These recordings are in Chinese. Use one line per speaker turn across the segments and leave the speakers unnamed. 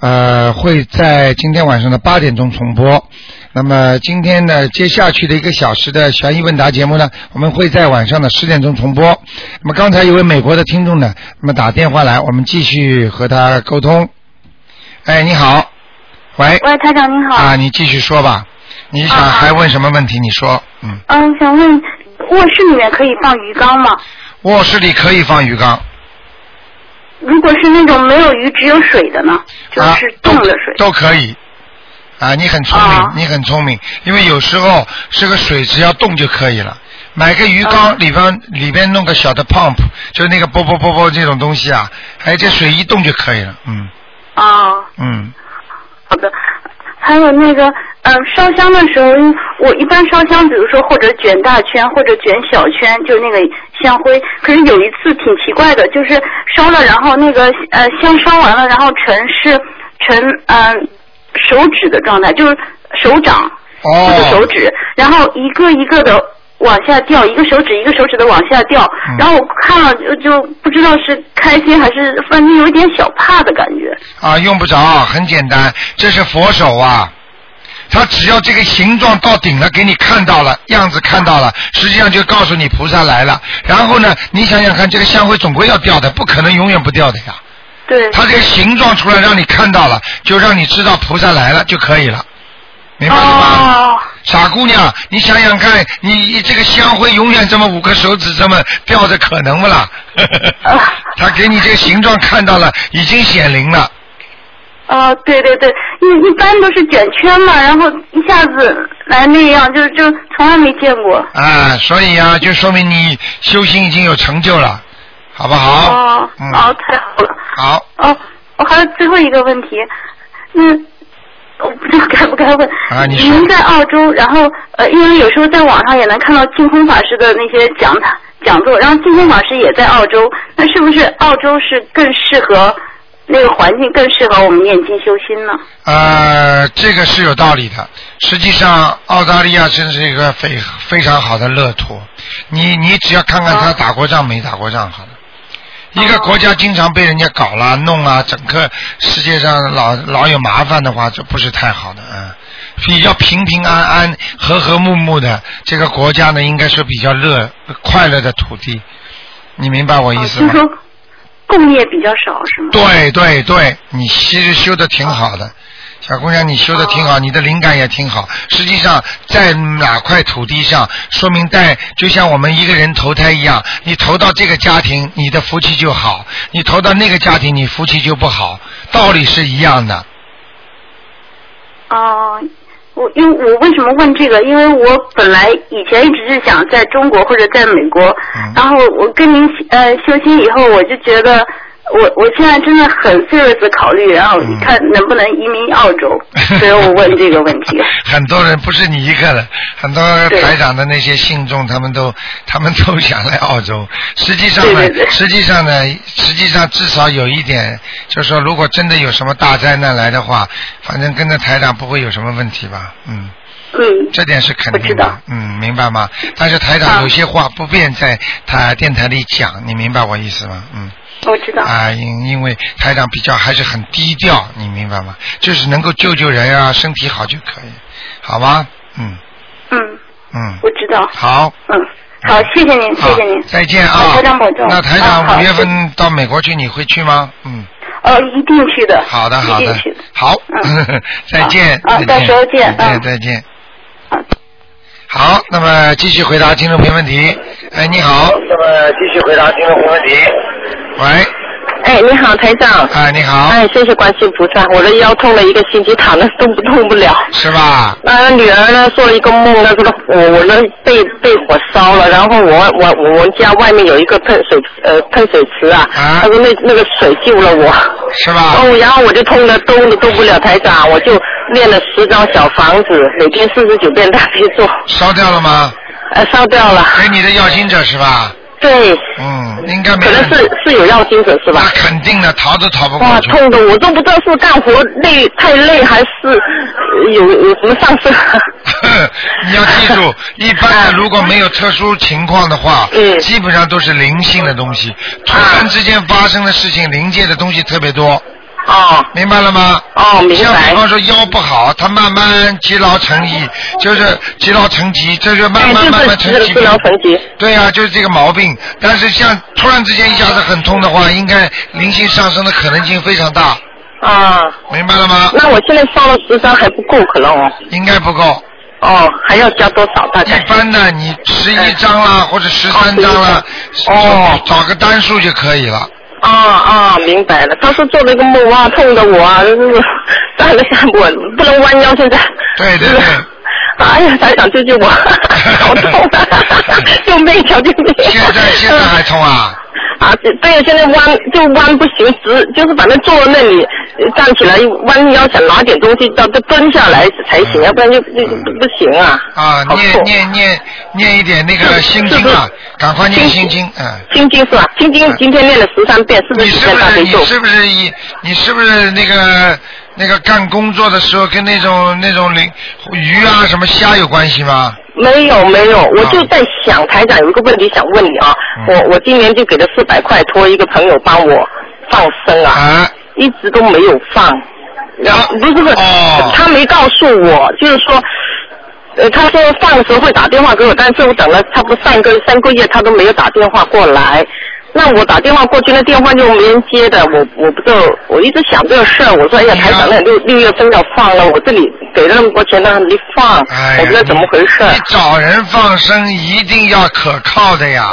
呃，会在今天晚上的八点钟重播。那么今天呢，接下去的一个小时的悬疑问答节目呢，我们会在晚上的十点钟重播。那么刚才有位美国的听众呢，那么打电话来，我们继续和他沟通。哎，你好，喂，
喂，台长您好。
啊，你继续说吧，你想
啊
还问什么问题？你说，嗯。
嗯，想问卧室里面可以放鱼缸吗？
卧室里可以放鱼缸，
如果是那种没有鱼只有水的呢？就
啊
是冻的水。
都可以。啊，你很聪明，
啊
你很聪明，因为有时候这个水只要动就可以了。买个鱼
啊
缸，里边里边弄个小的 pump，就是那个啵啵啵啵这种东西啊，哎，这水一动就可以了。嗯
啊，
嗯，
好的。还有那个，嗯、烧香的时候，我一般烧香，比如说或者卷大圈，或者卷小圈，就那个香灰。可是有一次挺奇怪的，就是烧了，然后那个呃香烧完了，然后尘是尘嗯、手指的状态，就是手掌四个手
哦，
指，然后一个一个的往下掉，一个手指一个手指的往下掉，
嗯
然后我看了就就不知道是开心还是反正有一点小怕的感觉。
啊，用不着，很简单，这是佛手啊，它只要这个形状到顶了，给你看到了，样子看到了，实际上就告诉你菩萨来了。然后呢，你想想看，这个香灰总归要掉的，不可能永远不掉的呀。
对，
它这个形状出来让你看到了，就让你知道菩萨来了就可以了，明白了吗？
哦，
傻姑娘，你想想看，你你这个香灰永远这么五个手指这么吊着，可能不啦？
啊
他给你这个形状看到了，已经显灵了。
哦，对对对，一一般都是卷圈嘛，然后一下子来那样，就就从来没见过。
啊，所以啊，就说明你修行已经有成就了，好不好？
哦，
嗯，
哦，太好了。
好，
哦，我还有最后一个问题，嗯，我不知道该不该问。
啊你说
您在澳洲，然后呃，因为有时候在网上也能看到净空法师的那些讲堂讲座，然后净空法师也在澳洲，那是不是澳洲是更适合那个环境更适合我们念经修心呢？
呃，这个是有道理的。实际上，澳大利亚真是一个非非常好的乐土。你你只要看看他
哦
打过仗没打过仗好了。一个国家经常被人家搞啦、弄啊，整个世界上老老有麻烦的话，这不是太好的啊。比较平平安安、和和睦睦的这个国家呢，应该是比较乐、快乐的土地。你明白我
哦
意思
就
吗？
是说共业比较少是吗？
对对对，你其实修的挺好的，小姑娘，你修的挺好，
哦
你的灵感也挺好。实际上，在哪块土地上，说明在就像我们一个人投胎一样，你投到这个家庭，你的福气就好；你投到那个家庭，你福气就不好。道理是一样的。
哦，我因为我为什么问这个？因为我本来以前一直是想在中国或者在美国，
嗯
然后我跟您呃修心以后，我就觉得我我现在真的很 serious 地考虑，然后
嗯
看能不能移民澳洲， 所以我问这个问题。
很多人不是你一个人，很多
对
台长的那些信众，他们都他们都想来澳洲。实际上呢
对对，对
实际上呢，实际上至少有一点，就是说，如果真的有什么大灾难来的话，反正跟着台长不会有什么问题吧？嗯，
嗯，
这点是肯
我
定
知道
的。嗯，明白吗？但是台长
啊
有些话不便在他电台里讲，你明白我意思吗？嗯。
我知道。
啊，因因为台长比较还是很低调，你明白吗？就是能够救救人啊，身体好就可以，好吗？嗯
嗯，
嗯，
我知道。
好，
嗯，好，谢谢您，谢谢您
好。再见啊！
好台长保重
那台
啊好
长五月份到美国去，你会去吗？嗯，
哦，一定去的。
好的，好
一定
的
去的。，
好
嗯，
再见，
啊
再
啊
见
到时候见
再见，
嗯
再见
好。
好，那么继续回答听众朋友问题。哎，你好，
那么继续回答听众朋友问题。
喂，
哎，你好，台长。
哎，你好，
哎，谢谢观世音菩萨，我的腰痛了一个星期，躺着动不动不了。
是吧？
那女儿呢做了一个梦，那个我我呢被被火烧了，然后我我我们家外面有一个喷水呃喷水池啊，
啊
他说那那个水救了我，
是吧？
哦，然后我就痛得动都动不了，台长，我就练了十张小房子，每天四十九遍大悲咒，
烧掉了吗？
呃烧掉了，
给你的要经者是吧？
对，
嗯，应该没
可
问题。
能是是有药精者是吧
那？肯定的，逃都逃不
哇
过，去。
痛的我都不知道是干活累太累，还是呃有有什么上升。
你要记 住，一般的如果没有特殊情况的话，
嗯啊
基本上都是灵性的东西。突然之间发生的事情，灵界的东西特别多，
哦
明白了吗？
哦，明
像比
白。
方说腰不好，他慢慢积劳成疾，就是积劳成疾，这就慢慢慢慢成
哎，就是
疾
治
病。
疗成疾。
对呀、就是这个毛病。但是像突然之间一下子很痛的话，应该灵性上升的可能性非常大，
啊，
明白了吗？
那我现在烧了十张还不够，可能哦。
应该不够。
哦，还要加多少大
一
概？哎
般的，你十一张啦，或者十三张啦，
哦
找个单数就可以了。
啊啊，明白了。他说做了一个梦啊，痛的我啊，就是站了下我不能弯腰，现在。
对对对。
哎呀，台长救 救我！好痛啊！救命！求救命！
现在现在还痛啊？
啊，对对，现在弯就弯不行，直就是反正坐在那里呃站起来弯腰想拿点东西，要得蹲下来才
嗯
行，要不然就就就不行啊。
啊，
好
念
痛。
念念念一点那个
是
心经啊
是，
赶快念心
心
经，嗯。
心经是吧？心经今天念了十三遍，四
你
十
是
几
不
遍大
是
悲咒
你。是不是一你是不是那个那个干工作的时候跟那种那种鳞鱼啊什么虾有关系吗？
没有没有，我
啊
就在想，台长有一个问题想问你啊，
嗯
我我今年就给了四百块，托一个朋友帮我放生啊，
啊，
一直都没有放，然后不是不是，
哦
他没告诉我，就是说。呃，他说放的时候会打电话给我，但是我等了差不多上个三个月，他都没有打电话过来。那我打电话过去，那电话就没人接的，我我不知道，我一直想这个事儿。我说，哎呀，
你
台
呀
长，那六六月份要放了，我这里给了那么多钱，让他没放，
哎呀，
我不知道怎么回事。
你你找人放生一定要可靠的呀。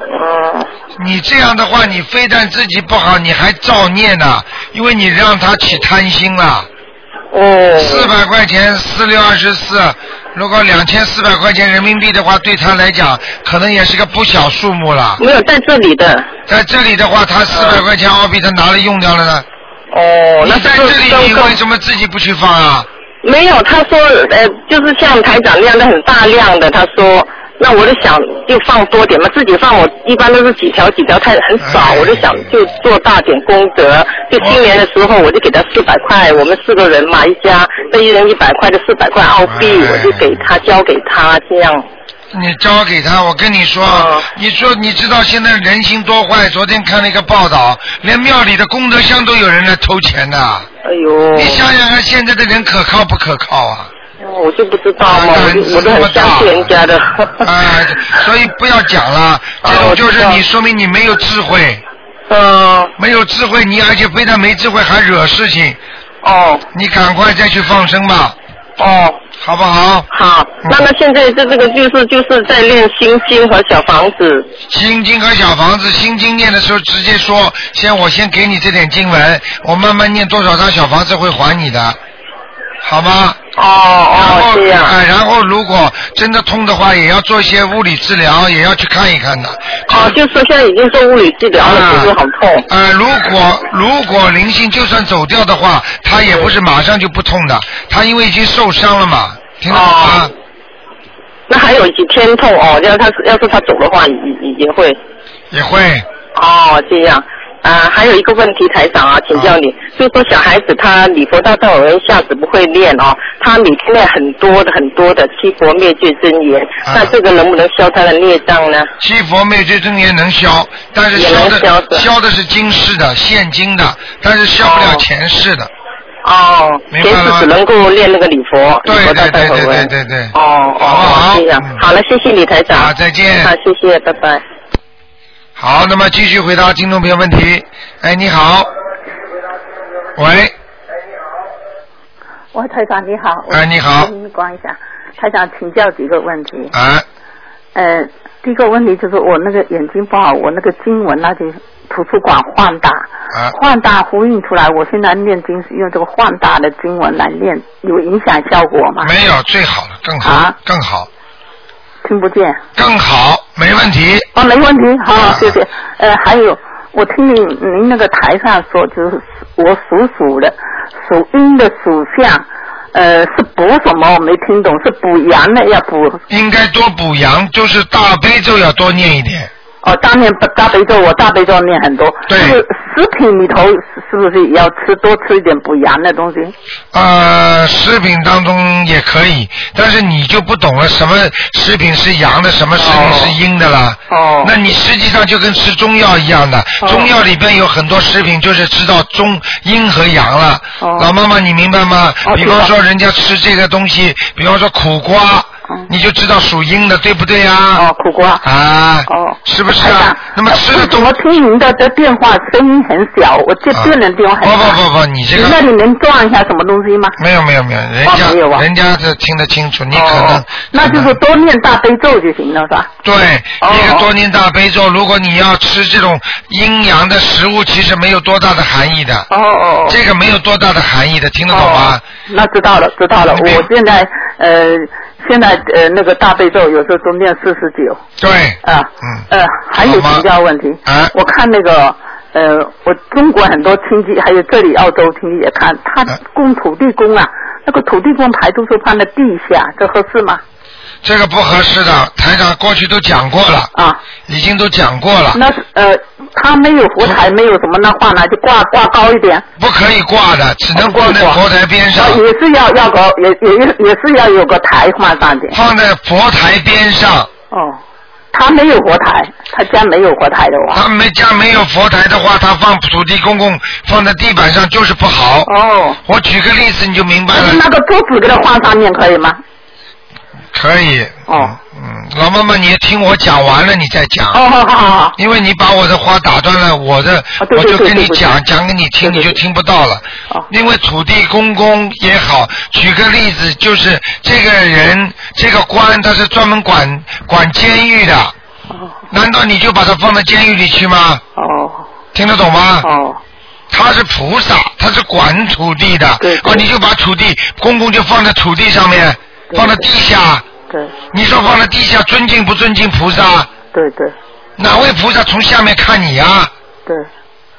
嗯，
你这样的话，你非但自己不好，你还造孽呢，因为你让他起贪心了。
哦，
四百块钱，四六二十四，如果两千四百块钱人民币的话，对他来讲可能也是个不小数目了。
没有在这里的。
在这里的话，他四百块钱澳币他拿了用掉了呢。
呃哦，那
你在
就
这
是
里，
跟
你
跟
为什么自己不去放啊？
没有，他说呃，就是像台长那样的很大量的，他说，那我就想就放多点嘛，自己放我一般都是几条几条，太很少，
哎
我就想就做大点功德。就今年的时候，我就给他四百块，我们四个人嘛，一家，那一人一百块的四百块澳币，
哎
我就给他交给他这样。
你交给他，我跟你说，
嗯
你说你知道现在人心多坏？昨天看了一个报道，连庙里的功德箱都有人来偷钱的。
哎呦
你，想想看，现在的人可靠不可靠啊？
我就不知道嘛，我
胆
就
子
我
这
都
么
很
大
相信人家的。
啊，所以不要讲了，这种就是
啊我知道
你说明你没有智慧，
嗯，
没有智慧，你而且非但没智慧还惹事情，
哦
你赶快再去放生吧，
哦。
好不好？
好，那么现在这这个就是就是在练心经和小房子。
心经和小房子，心经念的时候直接说，先我先给你这点经文，我慢慢念多少张小房子会还你的，好吗？
哦
然
哦，
后
这样。
啊，然后如果真的痛的话，也要做一些物理治疗，也要去看一看的。
哦，就说现在已经做物理治疗了，就是好痛。
呃，如果如果灵性就算走掉的话，他也不是马上就不痛的，他因为已经受伤了嘛，听得懂吗
哦？那还有几天痛哦？要他要是他走的话，也也会。
也会，
哦，这样。啊，还有一个问题，台长啊，请教你，就是说小孩子他礼佛大忏悔文一下子不会念哦，他每天念很多的很多的七佛灭罪真言，
啊
那这个能不能消他的孽障呢？
七佛灭罪真言能消，但是
也
消
能消
的
的
消的是今世的现今的，但是消不了
哦
前世的。
哦，
明
前
白了
世
吗
只能够练那个礼佛，
对
礼佛大忏悔
对对
文。
对对对对
哦哦，
好不好
哦这样
嗯，
好了，谢谢李台长。
好再见
好，谢谢，拜拜。
好，那么继续回答听众朋友问题。哎，你好。喂，
喂，台长你好。
哎你好
我给您光一下，台长请教几个问题。
啊，
呃，第一个问题就是我那个眼睛不好，我那个经文那就图书馆换大，
啊
换大呼应出来。我现在念经是用这个换大的经文来念，有影响效果吗？
没有最好了，更好，
啊
更好，
听不见。
更好，没问题。
哦，没问题，好，
啊
谢谢。呃，还有，我听您您那个台上说，就是我属鼠的，属阴的属相，呃，是补什么？我没听懂，是补阳的要补
应该多补阳，就是大悲咒要多念一点。
哦，当年不大悲咒，我大悲咒念很多。
对
是食品里头是是不是也要吃多吃一点补阳的东西？
呃，食品当中也可以，但是你就不懂了，什么食品是阳的，什么食品是阴的啦。
哦
那你实际上就跟吃中药一样的，
哦
中药里边有很多食品就是知道中阴和阳了。
哦
老妈妈，你明白吗？
哦
比方说人家吃这个东西，比方说苦瓜，
嗯
你就知道属阴的，对不对啊？
哦，苦瓜。
啊，
哦，
是不是
台
啊
长？
那么吃的
呃
东
我听您的的电话声音很小，我接
啊
电的电话很
不
小。
不不不，你这
你
个
那里能装一下什么东西吗？
没有没有没有，人家、
哦没有啊
人家是听得清楚，你
哦
可能、
哦那就是多念大悲咒就行了，是吧？
对，
哦
一个多念大悲咒，如果你要吃这种阴阳的食物，其实没有多大的含义的，
哦哦哦。
这个没有多大的含义的，听得懂吗？
哦那知道了，知道了。
你别
我现在呃，现在呃那个大悲咒有时候都念四十九
对，
啊，
嗯
呃，还有
好吗
请教问题。
啊
我看那个呃，我中国很多亲戚，还有这里澳洲亲戚也看，他
啊
供土地公啊，那个土地公牌都是放在地下，这合适吗？
这个不合适的，台长过去都讲过了，
啊，
已经都讲过了，嗯
那呃，他没有佛台，没有什么那话呢，就挂挂高一点。
不可以挂的，只能放在佛台边上
啊，也是要要个也也也是要有个台放上去。
放在佛台边上。
哦，他没有佛台，他家没有佛台的哇。
他们家没有佛台的话，他放土地公公放在地板上就是不好。
哦，
我举个例子你就明白
但
了
是。那个桌子给他放上面可以吗？
可以。
哦
嗯，老妈妈，你听我讲完了，你再讲。
哦，好好好好，
因为你把我的话打断了，我的、
哦对
我
对
就
对
跟
对
你
不起
讲讲给你听，
对对
你就
对
听不到了。
哦
因为土地公公也好，举个例子，就是这个人这个官他是专门管管监狱的，
哦
难道你就把他放到监狱里去吗？
哦
听得懂吗？
哦
他是菩萨，他是管土地的。
对对
哦，你就把土地公公就放在土地上面，
对
放在地下。
对
你说放在地下，尊敬不尊敬菩萨？
对对
哪位菩萨从下面看你啊？
对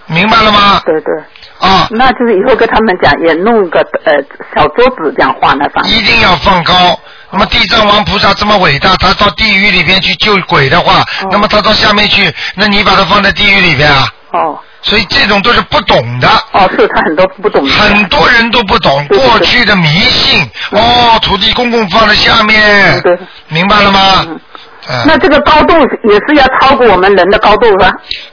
明白了吗？
对对，
啊，
那就是以后跟他们讲，也弄个呃小桌子这样放在上面。
一定要放高。那么地藏王菩萨这么伟大，他到地狱里边去救鬼的话，
哦
那么他到下面去，那你把他放在地狱里边啊？
哦
所以这种都是不懂的。
哦，是他很多不懂的。
很多人都不懂
对对对
过去的迷信哦，土地公公放在下面
嗯对，
明白了吗
嗯？
嗯
那这个高度也是要超过我们人的高度是吧？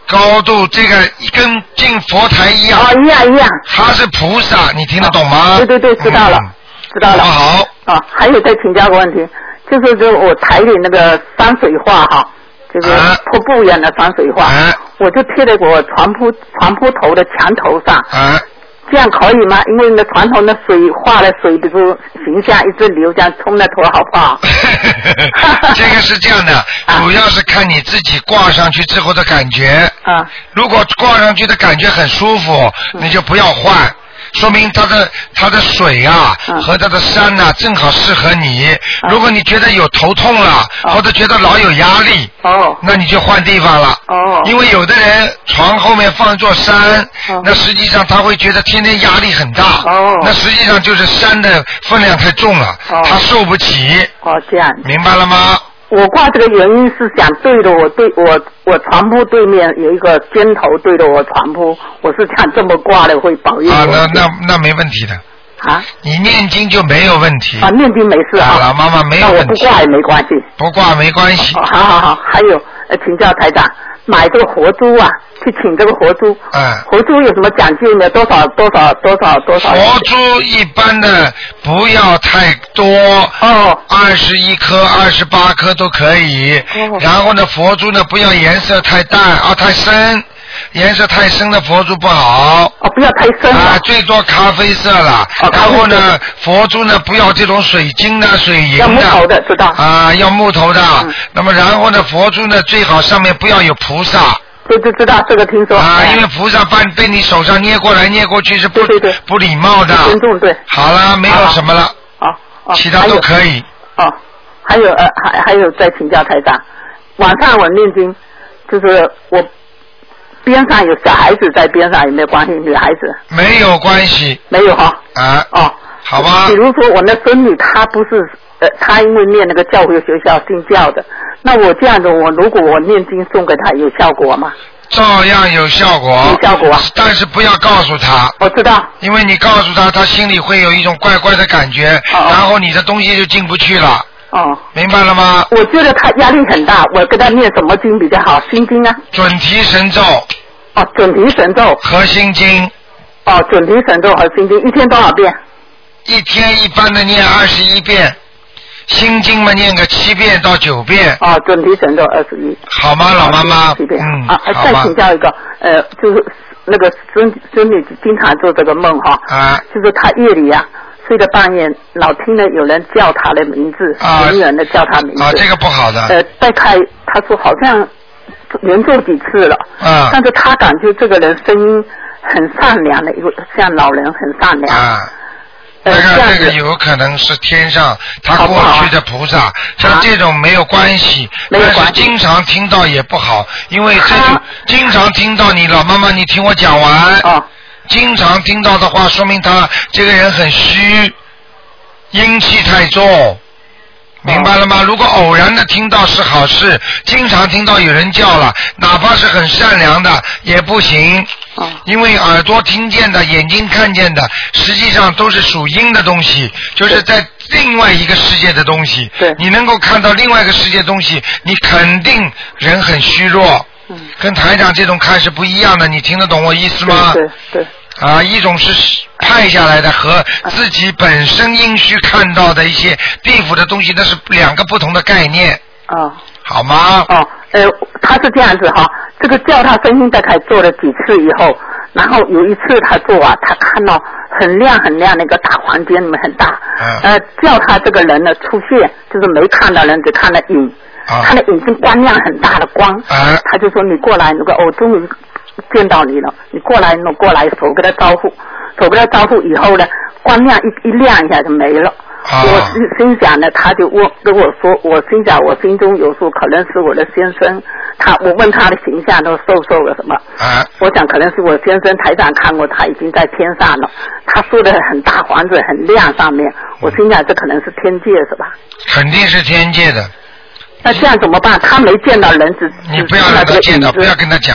高度这个跟进佛台一样，
哦，一样一样。哦
他是菩萨，你听得懂吗？
对对对，知道了，
嗯
知道了。
好
啊，还有再请教个问题，就是就我台里那个山水画哈，就是
啊
瀑布一样的山水画，
啊
我就贴在我床铺床铺头的墙头上，
啊，
这样可以吗？因为那床头那水画的水，比如形象一直流，这样冲那头好不好？
这个是这样的，
啊
主要是看你自己挂上去之后的感觉。
啊，嗯
如果挂上去的感觉很舒服，你就不要换。说明它的它的水啊、
嗯
和它的山呐、正好适合你。
嗯
如果你觉得有头痛了，
哦
或者觉得老有压力，
哦
那你就换地方了。
哦
因为有的人床后面放一座山，
嗯
那实际上他会觉得天天压力很大，
哦
那实际上就是山的分量太重了，
哦
他受不起，
哦，这样。
明白了吗？
我挂这个原因是想对着我对我我床铺对面有一个肩头对着我床铺，我是想这么挂的会保佑我
啊，那那那没问题的，
啊
你念经就没有问题，
啊嗯念经没事
啊老
啊，
妈妈没有
那我
问
不
题，
挂也没关系。
不挂没关系
哦，，好好好，还有呃，请教台长，买这个活猪啊，去请这个活猪，
嗯。
活猪有什么讲究呢？多少多少多少多少？
佛珠一般的不要太多，
哦
二十一颗、二十八颗都可以
哦。
然后呢，佛珠呢不要颜色太淡啊太深，颜色太深的佛珠不好。
哦，不要太深
啊
啊，，
最多咖啡色了。然
哦咖啡色
后呢，佛珠呢不要这种水晶的、水银
要木头
的。
的，知道？
啊，要木头的
嗯。
那么然后呢，佛珠呢最好上面不要有菩萨。
这这知道这个听说
啊，
哎
因为菩萨把被你手上捏过来捏过去是不
对对对
不礼貌的。
尊重对，
好了，没有什么了，
哦哦，
其他
还
都
有
可以。
哦，还有呃，还还有再请教台长，晚上我念经，就是我边上有小孩子在边上，有没有关系？女孩子
没有关系
没有哈、
啊，
哦，
好吧
比。如说我那孙女，她不是呃，她因为念那个教会学校信教的，那我这样子，我如果我念经送给她有效果吗？
照样有效果。
有效果啊
但是不要告诉他，
我知道，
因为你告诉他，他心里会有一种怪怪的感觉，
哦
然后你的东西就进不去了，
哦，
明白了吗？
我觉得他压力很大，我给他念什么经比较好？心经啊，
准提神咒
哦，准提神咒，
和心经，
哦，准提神咒和心经一天多少遍？
一天一般的念二十一遍，心经嘛念个七遍到九遍，
哦，准提神咒二十一。
好吗，老妈妈？
随便
嗯，
啊，
好
再
吧
请。教一个，呃，就是那个孙孙女经常做这个梦哈，
啊
就是她夜里啊睡到半夜，老听到有人叫她的名字，
啊
远远的叫她名字，
啊，这个不好的，
呃，再看她说好像连做几呃次了，
啊
但是她感觉这个人声音很善良的，一个像老人很善良，
啊。
呃，
这
这样
个这个
子
有可能是天上他
好不
过
好啊嗯
去的菩萨，像这种没有关系，
没有
但
关
是
系啊
经常听到也不好，因为这种
他
经常听到你老妈妈，你听我讲完，
哦
经常听到的话，说明他这个人很虚，阴气太重。明白了
啊
吗？如果偶然的听到是好事，经常听到有人叫了，哪怕是很善良的也不行。
哦
因为耳朵听见的、眼睛看见的，实际上都是属阴的东西，就是在另外一个世界的东西。
对
你能够看到另外一个世界东西，你肯定人很虚弱。
嗯
跟台长这种看是不一样的，你听得懂我意思吗？
对对对，
啊，一种是派下来的和自己本身阴虚看到的一些地府的东西，那是两个不同的概念，
哦。
好吗？
哦，呃，他是这样子哈，这个叫他声音大概做了几次以后，然后有一次他做啊，他看到很亮很亮那个大房间里面很大，
嗯
呃，叫他这个人呢出现，就是没看到人，只看到影，
啊
看到影是光亮很大的光，
啊
他就说你过来，那个我终于见到你了，你过来，我过来，手跟他招呼，手跟他招呼以后呢，光亮一一亮一下就没了。
啊
我心心想呢，他就问跟我说，我心想我心中有数，可能是我的先生，他我问他的形象都瘦瘦了什么，
啊
我想可能是我先生台长看过他已经在天上了，他说的很大房子很亮上面，我心想这可能是天界是吧？
肯定是天界的，
那这样怎么办？他没见到人，只
你
只
不要
看
让他
到这个
见到，
影子
不要跟他讲。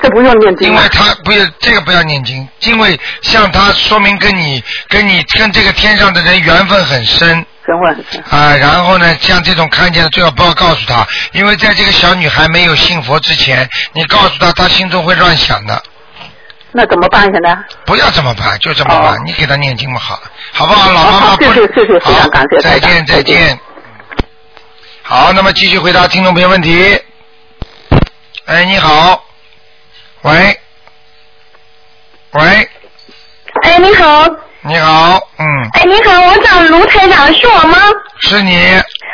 这不用念经啊
因
吗
为？他不是这个不要念经，因为像他说明跟你跟你跟这个天上的人缘分很深
真问是
啊、然后呢，像这种看见了最好不要告诉他，因为在这个小女孩没有信佛之前，你告诉她，她心中会乱想的。
那怎么办现在？
不要这么办，就这么办，
哦
你给他念经嘛好了，好不好？老
好
妈妈
好
不，
哦谢谢谢谢非常
好
感谢
再
台长
见再
再见
见。好，那么继续回答听众朋友问题。哎，你好，喂，喂，
哎，你好，
你好，嗯，
哎，你好，我找卢台长，是我吗？
是你，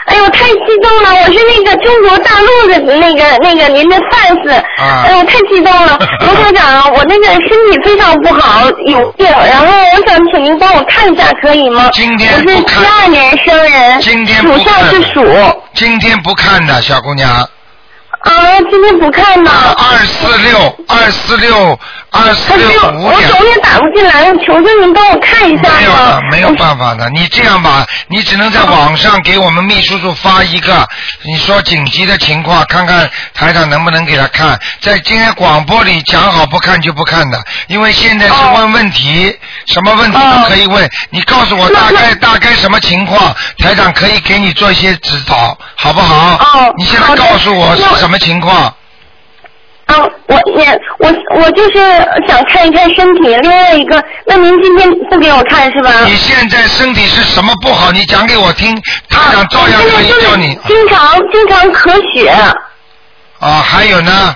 哎呦，太激动了，我是那个中国大陆的那个那个您的 fans，、
啊
哎呦，太激动 了，卢台长，我那个身体非常不好，有病，然后我想请您帮我看一下，可以吗？
今天
我是
不看
七二年生人，
今天不
属相
看
是鼠，
今天不看的小姑娘，
啊，今天不看呢。
二四六，二四六，二四
可是
六五
我
点。
总也打不进来，我求求您帮我看一下
没有
吧
的，。没有办法的。你这样吧，你只能在网上给我们秘书处发一个，你说紧急的情况，看看台长能不能给他看。在今天广播里讲好不看就不看的，因为现在是
哦
问问题，什么问题都可以问。你告诉我大概大概什么情况，台长可以给你做一些指导，好不好？
哦
你现在
好的
告诉我是
那
什么情况？
啊，我也我我就是想看一看身体。另外一个，那您今天不给我看是吧？
你现在身体是什么不好？你讲给我听，台长照样
现
可
在
以
就
叫
是
你。
哦经常经常咳血，
啊，还有呢？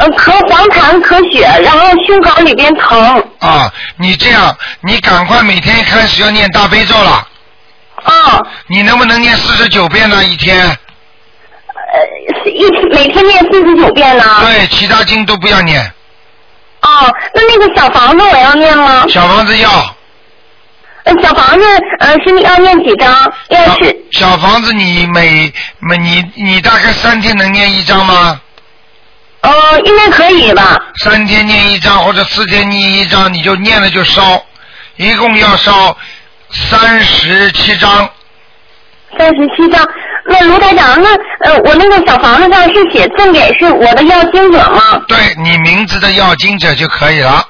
呃，咳黄痰、咳血，然后胸口里边疼。
啊，你这样，你赶快每天开始要念大悲咒了。
啊，
你能不能念四十九遍呢？一天？
呃，是一每天念四十九遍呢。
对，其他经都不要念。
哦，那那个小房子我要念吗？
小房子要。
呃，小房子呃是要念几张？要
小
是
小房子你每每你你大概三天能念一张吗？
呃应该可以吧？
三天念一张或者四天念一张，你就念了就烧，一共要烧三十七张。
三十七张。那卢台长，那呃，我那个小房子上是写赠给是我的要经者吗？
对哎你名字的要经者就可以了。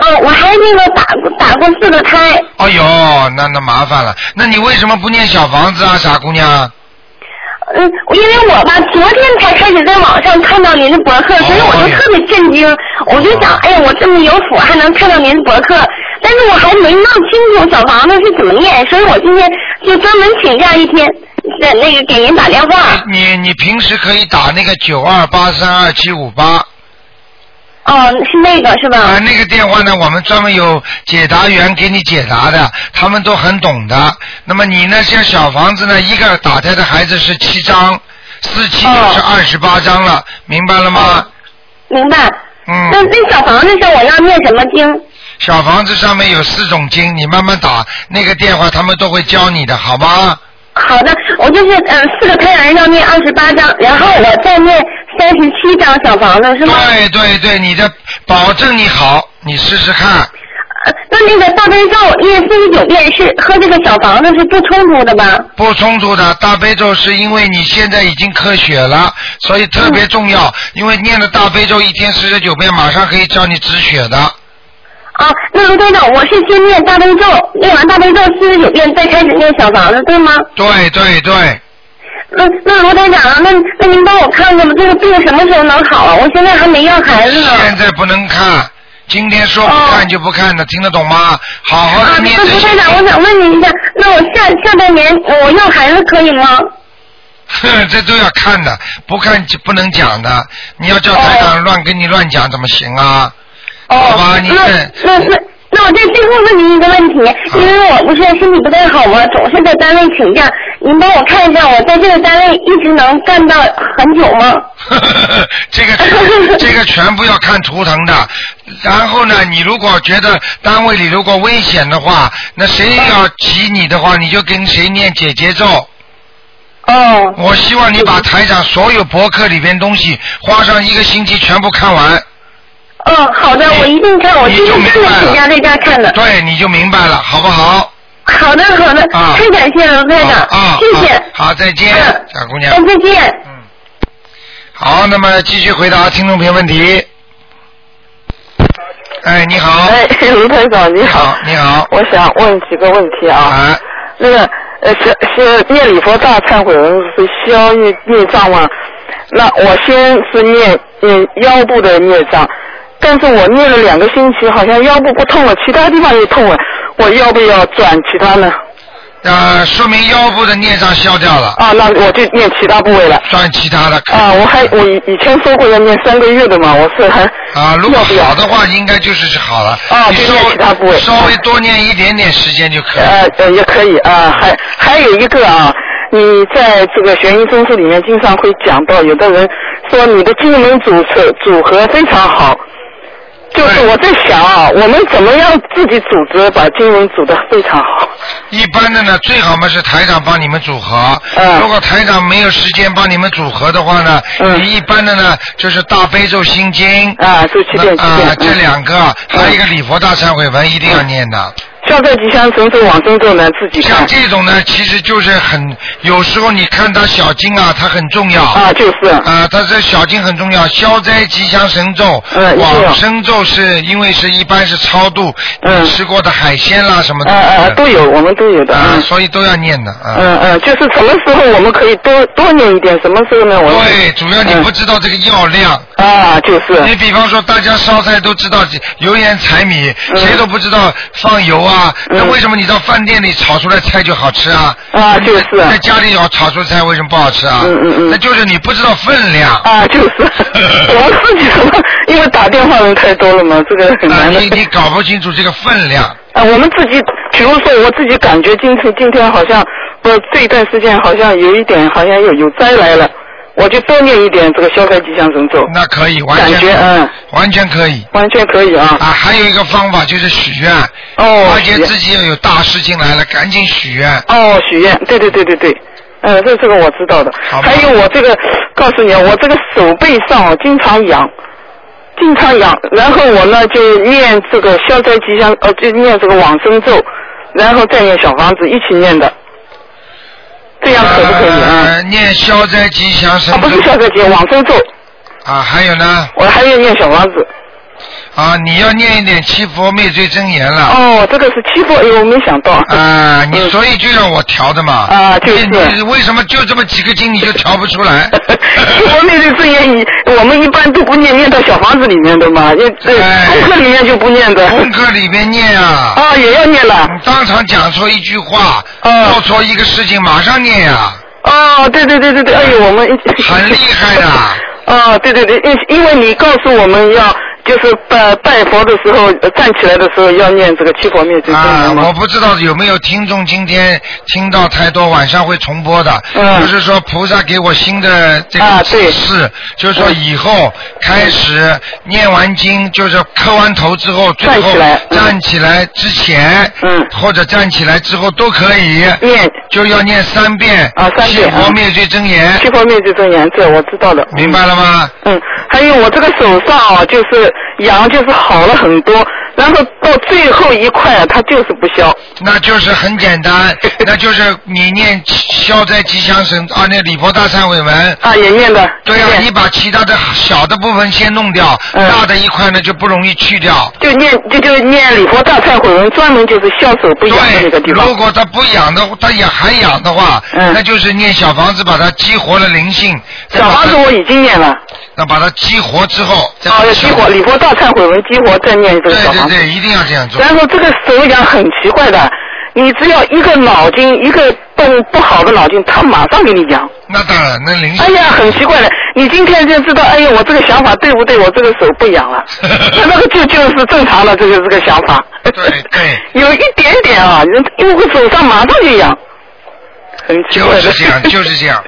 嗯，我还那个打过打过四个胎，
哎呦，那那麻烦了，那你为什么不念小房子啊，傻姑娘？
嗯，因为我吧昨天才开始在网上看到您的博客，所以我就特别震惊，我就想，哎呀，我这么有福还能看到您的博客，但是我还没弄清楚小房子是怎么念，所以我今天就专门请假一天，在那个给您打电话。
你你平时可以打那个九二八三二七五八
哦，是那个是吧？
啊，那个电话呢，我们专门有解答员给你解答的，他们都很懂的。那么你呢，像小房子呢，一个打胎的孩子是七张，四七
哦
就是二十八张了，明白了吗？
明白。
嗯
那那小房子上我要念什么经？
小房子上面有四种经，你慢慢打那个电话，他们都会教你的，好吗？
好的，我就是嗯、呃四个胎儿要念二十八章，然后我再念三十七章小房子是吗？
对对对，你的保证你好，你试试看。
呃那那个大悲咒念四十九遍是和这个小房子是不冲突的吧？
不冲突的大悲咒是因为你现在已经科学了，所以特别重
嗯
要。因为念了大悲咒一天四十九遍，马上可以教你止血的。
啊，那卢队长，我是先念大悲咒，念完大悲咒四十九遍，再开始念小房子，对吗？
对对对，
那那卢队长，啊那那您帮我看看吧，这个病什么时候能好啊？我现在还没要孩子呢。哦
现在不能看，今天说不看就不看的，听得懂吗？好好
啊，
的念
那
这
卢
些
队。长，我想问您一下，那我下下半年我要孩子可以吗？
哼， 这都要看的，不看就不能讲的。你要叫台长乱跟你乱讲怎么行啊？
哦，
好吧你啊这
那那那那我再最后问您一个问题，因为我不是身体不太好嘛，总是在单位请假，您帮我看一下，我在这个单位一直能干到很久吗？
这个全这个全部要看图腾的。然后呢，你如果觉得单位里如果危险的话，那谁要挤你的话，你就跟谁念姐姐咒。
哦，
我希望你把台长所有博客里边东西花上一个星期全部看完，
哦，好的，我一定看，我今天真的请假在家看的。
对，你就明白了，好不好？
好的，好的，
啊
太感谢了，卢
啊
台长，
啊，
谢谢，
好，好再见
嗯，
小姑
哎
娘。嗯
再见。
好，那么继续回答听众朋友问题。哎，你好，
哎，卢台长你
你
好
好，，你好，
我想问几个问题啊。
啊，
那个呃，是是念礼佛大忏悔文是需要念念障吗？那我先是念念腰部的孽障，但是我念了两个星期，好像腰部不痛了，其他地方也痛了，我要不要转其他呢？
呃，说明腰部的孽障消掉了，
啊，那我就念其他部位了。
算其他的可以嗯
啊，我还我以以前说过要念三个月的嘛，我是还
啊，如果
要不要
好的话，应该就是好了。
啊
你
就
稍
念其他部位
微稍微多念一点点时间就可以。
呃呃也可以啊，还还有一个啊，你在这个悬疑综述里面经常会讲到，有的人说你的经文组成组合非常好，就是
对
我在想啊，我们怎么样自己组织把经文组得非常好？
一般的呢，最好嘛是台长帮你们组合。
嗯
如果台长没有时间帮你们组合的话呢，
嗯
你一般的呢就是大悲咒心经。
啊，就七
那
点七
啊
点，，
这
嗯
两个，还有一个礼佛大忏悔文一定要念的。
消灾吉祥神咒、往生咒呢，自己看
像这种呢，其实就是很，有时候你看它小经啊，它很重要。
啊，就是
啊，它这小经很重要，消灾吉祥神咒，
嗯一定要
往生咒是因为是一般是超度
嗯
吃过的海鲜啦什么
呃呃
的，
都有，我们都有的。
啊，
嗯
所以都要念的啊。
嗯嗯，就是什么时候我们可以多多念一点，什么时候呢？我
对，主要你
嗯
不知道这个药量。
啊，就是
你比方说，大家烧菜都知道油盐柴米，
嗯
谁都不知道放油啊。那
嗯
为什么你到饭店里炒出来菜就好吃啊？
啊就是
在家里炒炒出菜为什么不好吃啊？
嗯嗯嗯
那就是你不知道分量。
啊，就是 我自己什么，因为打电话人太多了嘛，这个很
啊，
难的
你。你搞不清楚这个分量。
啊，我们自己，比如说我自己感觉今天今天好像，我这一段时间好像有一点好像有有灾来了，我就多念一点这个消灾吉祥神咒，
那可以，完
感
全
觉嗯
完全可以
完全可以啊。
啊。还有一个方法就是许愿，
哦，
而且
许愿
自己要有大事情来了，赶紧许愿。
哦，许愿，对对对对对，呃，这这个我知道的。
好吧
还有我这个，告诉你啊，我这个手背上哦经常痒，经常痒，然后我呢就念这个消灾吉祥，呃，就念这个往生咒，然后再念小房子一起念的。这样可不可以啊？
呃，念消灾吉祥神嗯
啊，不是消灾节，往生咒，
啊，还有呢，
我还要念小房子。
啊，你要念一点七佛灭罪真言了。
哦，这个是七佛，哎呦，我没想到。
啊，你所以就让我调的嘛。
啊就是
你你为什么就这么几个经你就调不出 来？
七佛灭罪真言，你我们一般都不念，念到小房子里面的嘛，因为这
哎
功课里面就不念的。
功课里面念啊，
啊，也要念了。
你当场讲错一句话，
哦
做错一个事情马上念呀，
哦，对对对对对，哎呦，我们一
很厉害的。
哦，对对对，因因为你告诉我们要就是拜拜佛的时候，呃站起来的时候要念这个七佛灭罪真
啊，
言
我
吗？
不知道有没有听众今天听到太多，晚上会重播的。
嗯
就是说菩萨给我新的这个
啊
指
对
示，就是说以后开始念完经，就是磕完头之后，最后
站起来嗯
站起来之前，
嗯
或者站起来之后都可以，
念
就要念三遍
啊三遍
七佛
啊
灭罪真言，
七佛灭罪真言，这我知道了。
明白了吗？
嗯，还有我这个手上啊，就是痒，就是好了很多，然后到最后一块啊，它就是不消。
那就是很简 单，那就是你念消灾吉祥神啊，那礼佛大忏悔文，
啊，也念的。
对呀、
念
你把其他的小的部分先弄掉，
嗯
大的一块呢就不容易去掉。
就念就就念礼佛大忏悔文，专门就是消手不痒的那个
对，
地方
如。果它不痒的，它也还痒的话，
嗯
那就是念小房子把它激活了灵性。再
小
把它
房子我已经念了，
那把它激活之后，再把
哦，
它
要激活礼佛大忏悔文，激活再念这
对
个小
对
房子。
对，一定要这样做。
然后这个手痒很奇怪的，你只要一个脑筋一个动不好的脑筋，它马上给你痒。
那当然，那灵性。
哎呀，很奇怪的，你今天就知道，哎呀，我这个想法对不对？我这个手不 痒了，那那个就就是正常的，这个这个想法。
对对。
有一点点啊，因为我手上马上就痒，很奇怪
就
的。
是这样， 就是这样，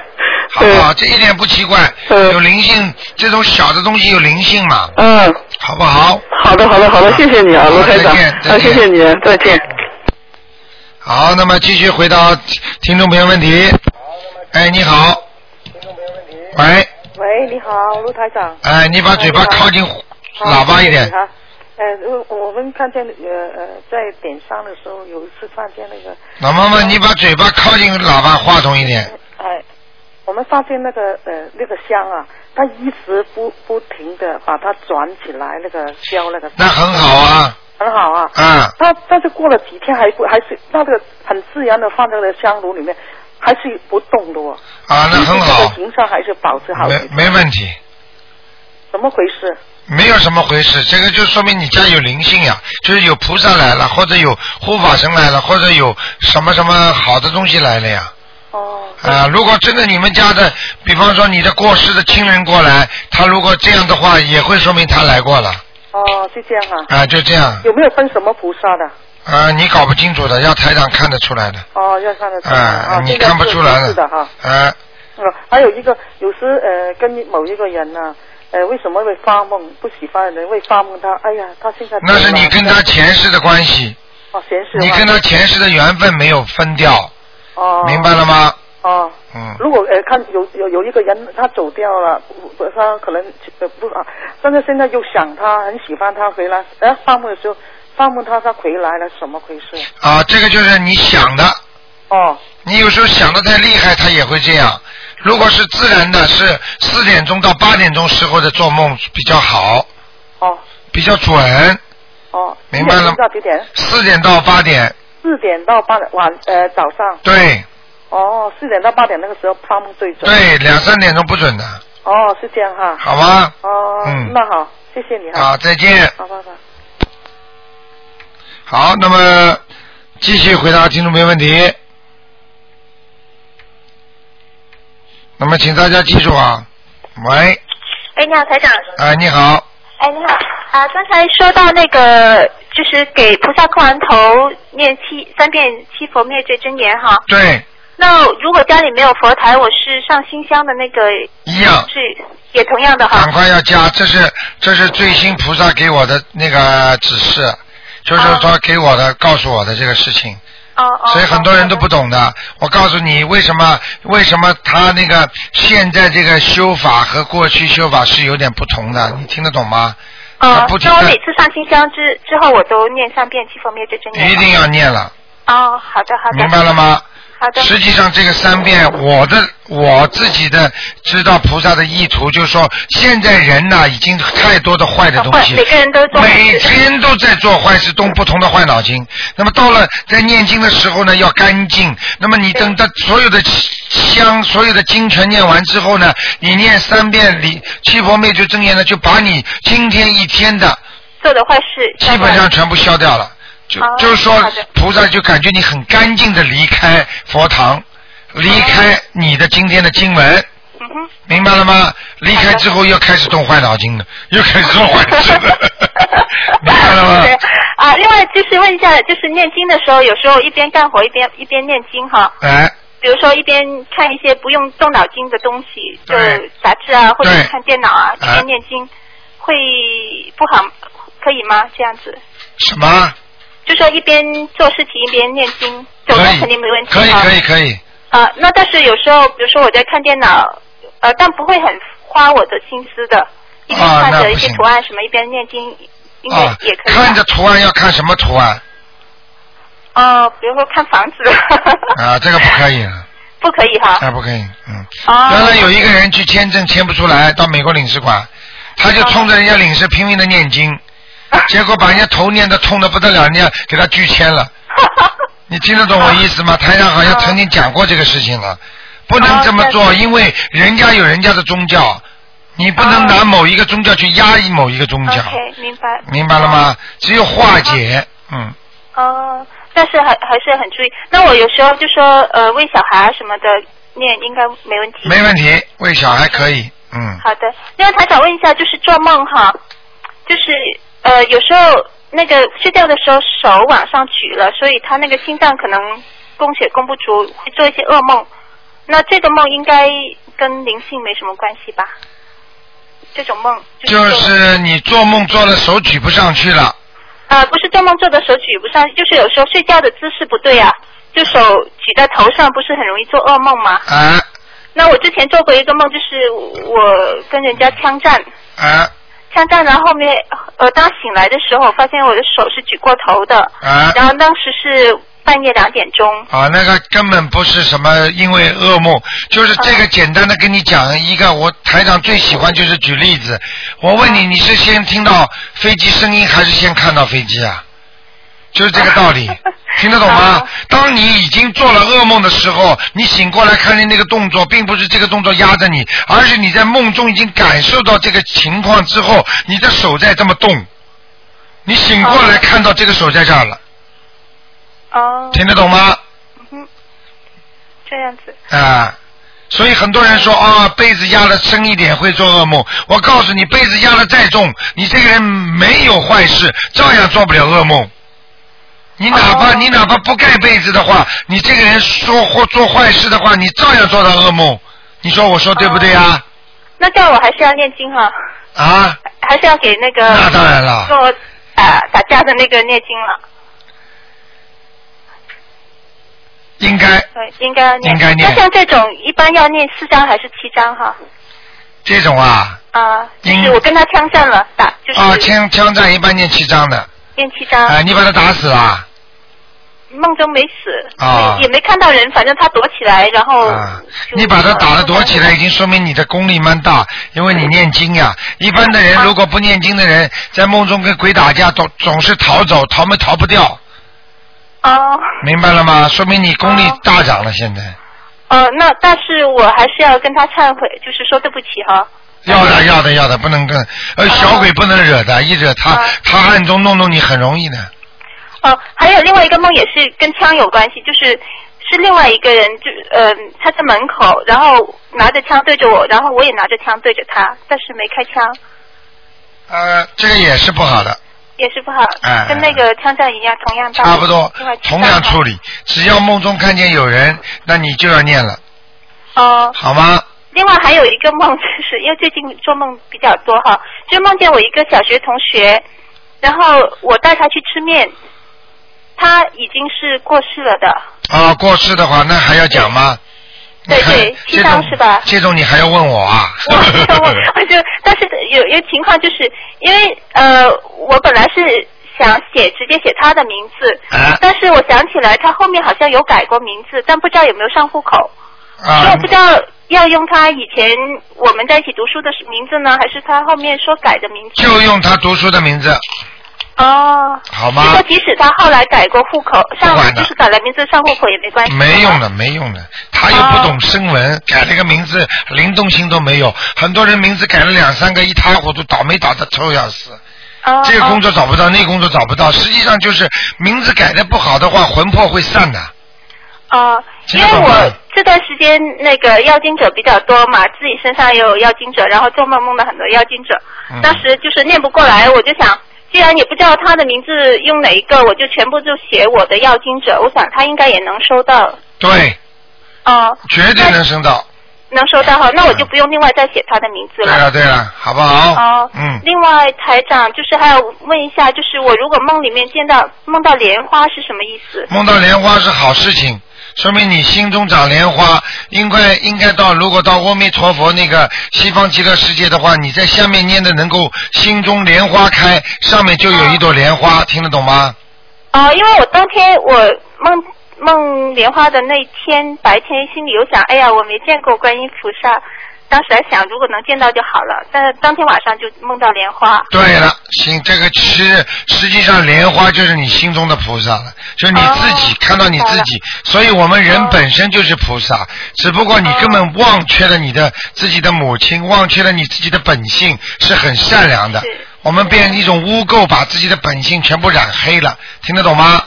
好不好？这一点不奇怪，
嗯
有灵性，这种小的东西有灵性嘛，
嗯，
好不好？
好的，好的，好的，谢谢你啊，
好
罗台长，
再见再见
啊，谢谢你，再见。
好，那么继续回答听众朋友问题。哎，你好。喂，
喂，你好，陆台长。
哎，你把嘴巴靠近喇叭一点
好。谢谢你啊呃，我我们看见呃呃，在点上的时候，有一次看见那个，
老妈妈，你把嘴巴靠近喇叭话筒一点。
哎、我们发现那个呃那个香啊，它一直不不停的把它转起来，那个香那个
那很好啊，
很好啊。
啊，
它但是过了几天还不还是那个很自然的放在那个香炉里面，还是不动的哦。
啊，那很
这
好
个，形象还是保持好的
没。没问题，
怎么回事？
没有什么回事。这个就说明你家有灵性呀、就是有菩萨来了，或者有护法神来了，或者有什么什么好的东西来了呀。
哦。
啊，如果真的你们家的，比方说你的过世的亲人过来，他如果这样的话，也会说明他来过了。
哦，是这样啊。
啊，就这样。
有没有分什么菩萨的？
啊，你搞不清楚的，要台长看得出来的。
哦，要看得出来
啊，你看不出来的
是的哈。。
啊，
嗯，还有一个，有时呃，跟某一个人呢、呃，为什么会发梦？不喜欢的人会发梦他，哎呀，他现在
那是你跟他前世的关系，
哦，前世
你跟他前世的缘分没有分掉，
哦，
明白了吗？
哦。
嗯。
如果呃看有有有一个人他走掉了，不不他可能呃不啊，但是现在又想他，很喜欢他回来，哎，发梦的时候发梦他他回来了，什么回事？
啊，这个就是你想的，
哦
你有时候想的太厉害，他也会这样。如果是自然的，是四点钟到八点钟时候的做梦比较好，
哦
比较准。
哦，
明白了
几点到几点？
四点到八点，
四点到八点晚呃早上。
对
哦，四点到八点那个时候发梦最准。。
对，两三点钟不准的，
哦，是这样哈。
好吗？
哦，
嗯
那好，谢谢你哈。
啊，再见。
好，拜拜。
好，那么继续回答听众朋友问题。那么，请大家记住啊，喂，
哎，你好，台长。
哎，你好，
哎，你好。啊，刚才说到那个，就是给菩萨磕完头念七三遍七佛灭罪真言哈。
对，
那如果家里没有佛台，我是上新香的那个，
一样，
是也同样的哈
赶。快要加，这是这是最新菩萨给我的那个指示，就是说给我的、告诉我的这个事情，
啊哦哦。
所以很多人都不
哦。
懂的。我告诉你，为什么为什么他那个现在这个修法和过去修法是有点不同的，你听得懂吗？他
嗯
呃不，停
那我
地
每次上新香之之后，我都念三遍七佛灭罪真言。
一定要念了。
哦，好的好的。
明白了吗？
好的。
实际上，这个三遍，我的我自己的知道菩萨的意图，就是说，现在人呐、已经太多的坏的东西，
坏每个人都做坏
每
事
天都在做坏事，动不同的坏脑筋。那么到了在念经的时候呢，要干净。那么你等到所有的香、所有的经全念完之后呢，你念三遍礼七佛灭罪真言呢，就把你今天一天的
做的坏事，
基本上全部消掉了。就
哦
就是说
好的，
菩萨就感觉你很干净的离开佛堂，离
哦
开你的今天的经文，
嗯哼，
明白了吗？离开之后又开始动坏脑筋了，又开始做坏事了，明白了吗
对？啊，另外就是问一下，就是念经的时候，有时候一边干活一边一边念经哈，
哎，
比如说一边看一些不用动脑筋的东西，就
对
杂志啊或者
对
看电脑啊，一
哎
边念经，会不好，可以吗？这样子，
什么？
就说一边做事情一边念经，
可
走路
以，
肯定没问题
可以，
哈
可以，可以。
啊、那但是有时候，比如说我在看电脑，呃，但不会很花我的心思的，一边
啊
看
那
着
不
一些
行
图案什么，一边念经，应该
啊
也，可以吧。
看着图案要看什么图 案？
哦、比如说看房子。
啊，这个不可以啊，
不可以哈。
啊，不可以，嗯。
哦。
原来有一个人去签证签不出来，到美国领事馆，他就冲着人家领事拼命的念 经，结果把人家头念的痛的不得了，人家给他拒签 了。你听得懂我意思吗？台上好像曾经讲过这个事情了，不能这么
哦
做，因为人家有人家的宗教，你不能
哦
拿某一个宗教去压抑某一个宗教，
OK，明白。
嗯明白了吗？只有化解，嗯，
哦，但是还还是很注意。那我有时候就说，呃，喂小孩啊什么的，念应该没问题。
没问题，喂小孩可以，嗯，
好的，另外台长问一下，就是做梦哈，就是呃有时候那个睡觉的时候手往上举了，所以他那个心脏可能供血供不足，会做一些噩梦。那这个梦应该跟灵性没什么关系吧？这种梦
就
做
是你做梦做了手举不上去了。
啊，不是做梦做的手举不上，就是有时候睡觉的姿势不对啊，就手举在头上，不是很容易做噩梦吗？
啊
那我之前做过一个梦，就是我跟人家枪战，
啊
枪战，然后后面呃，当醒来的时候，发现我的手是举过头的，
啊
然后当时是半夜两点钟，
啊！那个根本不是什么，因为噩梦，就是这个简单的跟你讲一个，我台长最喜欢就是举例子。我问你，你是先听到飞机声音，还是先看到飞机啊？就是这个道理，听得懂吗
啊？
当你已经做了噩梦的时候，你醒过来看见那个动作，并不是这个动作压着你，而是你在梦中已经感受到这个情况之后，你的手在这么动，你醒过来
啊
看到这个手在这儿了，
啊
哦，
听得懂吗？
嗯哼，这样子，
啊，所以很多人说啊、被子压的深一点会做噩梦。我告诉你，被子压的再重，你这个人没有坏事，照样做不了噩梦。你哪怕、
哦
你哪怕不盖被子的话，你这个人说或做坏事的话，你照样做到噩梦。你说我说对不对啊？
那这样我还是要念经哈，
啊，
还是要给那个
那当然了
跟我打打架的那个念经了。
应该
对，应该要念。
应该念
那像这种一般要念四张还是七张哈？
这种啊
啊，就
应
是我跟他枪战了，打就是
啊，枪枪战一般念七章的，
念七张，
啊，你把他打死啊，
梦中没死，
啊
也没看到人，反正他躲起来，然后
啊
就，
你把他打了躲起来，已经说明你的功力蛮大，因为你念经呀、一般的人
啊
如果不念经的人，在梦中跟鬼打架，总总是逃走，逃没逃不掉，
哦
明白了吗？说明你功力
哦
大涨了，现在。
哦，那但是我还是要跟他忏悔，就是说对不起哈。
要的，要的，要的，不能跟，呃，
啊
小鬼不能惹的，一惹他
啊，
他暗中弄弄你很容易的。
哦，还有另外一个梦也是跟枪有关系，就是是另外一个人，就呃他在门口，然后拿着枪对着我，然后我也拿着枪对着他，但是没开枪，
呃，这个也是不好的，
也是不好，
哎
跟那个枪战一样，同样道理
差不多
另外，七
同样
张
处理。只要梦中看见有人，那你就要念了，
哦，
好吗？
另外还有一个梦，就是因为最近做梦比较多哈，就梦见我一个小学同学，然后我带他去吃面，他已经是过世了的，
啊，过世的话，那还要讲吗？
对
你还
对
这
七张
种
是吧
这种你还要问我啊？
我 我我就但是有有情况就是因为呃我本来是想写直接写他的名字，
啊
但是我想起来他后面好像有改过名字，但不知道有没有上户口，所以
啊
我不知道要用他以前我们在一起读书的名字呢，还是他后面说改的名字？
就用他读书的名字，
哦。
好
就
吗
说？即使他后来改过户口，上
管的
就是改了名字上户口也没关系。
没用的，没用的，他又不懂声纹，
哦
改了个名字，灵动性都没有。很多人名字改了两三个，一塌糊涂，倒霉倒的臭要死。
哦。
这个工
哦
作找不到，那个工作找不到，实际上就是名字改的不好的话，魂魄会散的。
哦，
听
因
得
为
懂吗
我这段时间那个要经者比较多嘛，自己身上也有要经者，然后做梦梦到很多要经者，
嗯
当时就是念不过来，我就想，既然也不知道他的名字用哪一个，我就全部就写我的要经者，我想他应该也能收到，
对，
哦，
绝对能升到。
能收到哈，那我就不用另外再写他的名字
对
了。
了对了，好不嗯哎好？
哦，
嗯，
另外，台长就是还要问一下，就是我如果梦里面见到梦到莲花是什么意思？
梦到莲花是好事情，说明你心中长莲花，应该应该到如果到阿弥陀佛那个西方极乐世界的话，你在下面念的能够心中莲花开，上面就有一朵莲花，听得懂吗？
啊、因为我当天我梦梦莲花的那天白天，心里有想，哎呀，我没见过观音菩萨，当时还想如果能见到就好了，但是当天晚上就梦到莲花。
对了，心这个是实际上莲花就是你心中的菩萨了，就是你自己、
哦
看到你自己，所以我们人本身就是菩萨，只不过你根本忘却了你的自己的母亲，忘却了你自己的本性是很善良的
是，
我们变一种污垢，把自己的本性全部染黑了，听得懂吗？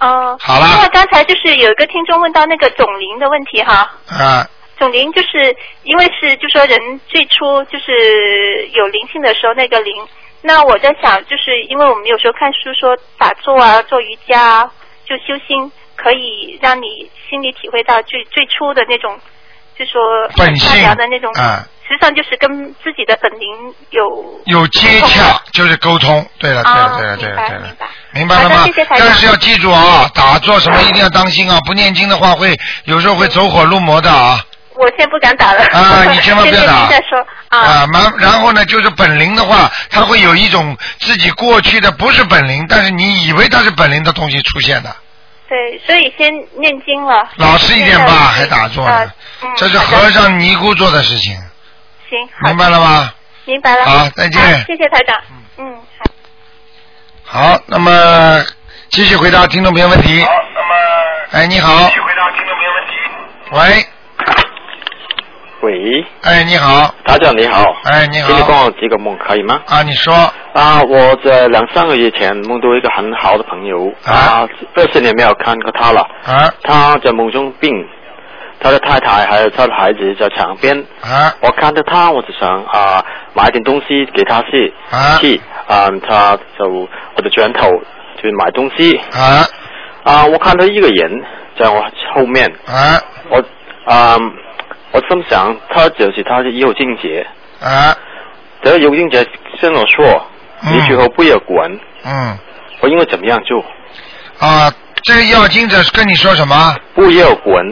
哦、
好了
另外，刚才就是有一个听众问到那个总灵的问题哈。
啊、
总灵就是因为是就说人最初就是有灵性的时候那个灵，那我在想就是因为我们有时候看书说打坐啊、做瑜伽啊，就修心可以让你心里体会到最最初的那种，就说
本
很善
性
良的那种，
哦啊
实际上就是跟自己的本灵有
有接 洽就是沟通，对了，对了，
哦
对了，对了，
明白
对了明白了
明白，好
吗
的谢谢？台长
但是要记住啊，打坐什么一定要当心啊，不念经的话会有时候会走火入魔的啊。
我先不敢打了
啊，你千万不要 打。
先再说啊
啊，然然后呢，就是本灵的话，它会有一种自己过去的不是本灵，但是你以为它是本灵的东西出现的。
对，所以先念经了。
老实一点吧，还打坐呢
啊嗯，
这是
好的
和尚尼姑做的事情，
行，好的
明白了吗？
明白了。
好再见
好谢谢台长。嗯，好。
好，那么继续回答听众朋友问题。
好，那么
哎，你好
继，续回答听众朋友问题。
喂，
喂，
哎，你好，
台长你好，
哎，你
请你
好，
帮我解个梦可以吗？
啊，你说，
啊，我在两三个月前梦到一个很好的朋友，
啊
啊，二十年没有看过他了，
啊
他在梦中病，他的太太还有他的孩子在床边，
啊
我看到他，我就想啊买点东西给他吃，
啊
吃，啊，他就我的拳头去买东西，
啊
啊，我看到一个人在我后面，
啊
我啊，我心想他就是他的右境界。
啊，
只要有英姐跟我说，
嗯
你最后不要管，
嗯，
我应该怎么样做？
啊，这个要经者跟你说什么？
不要管，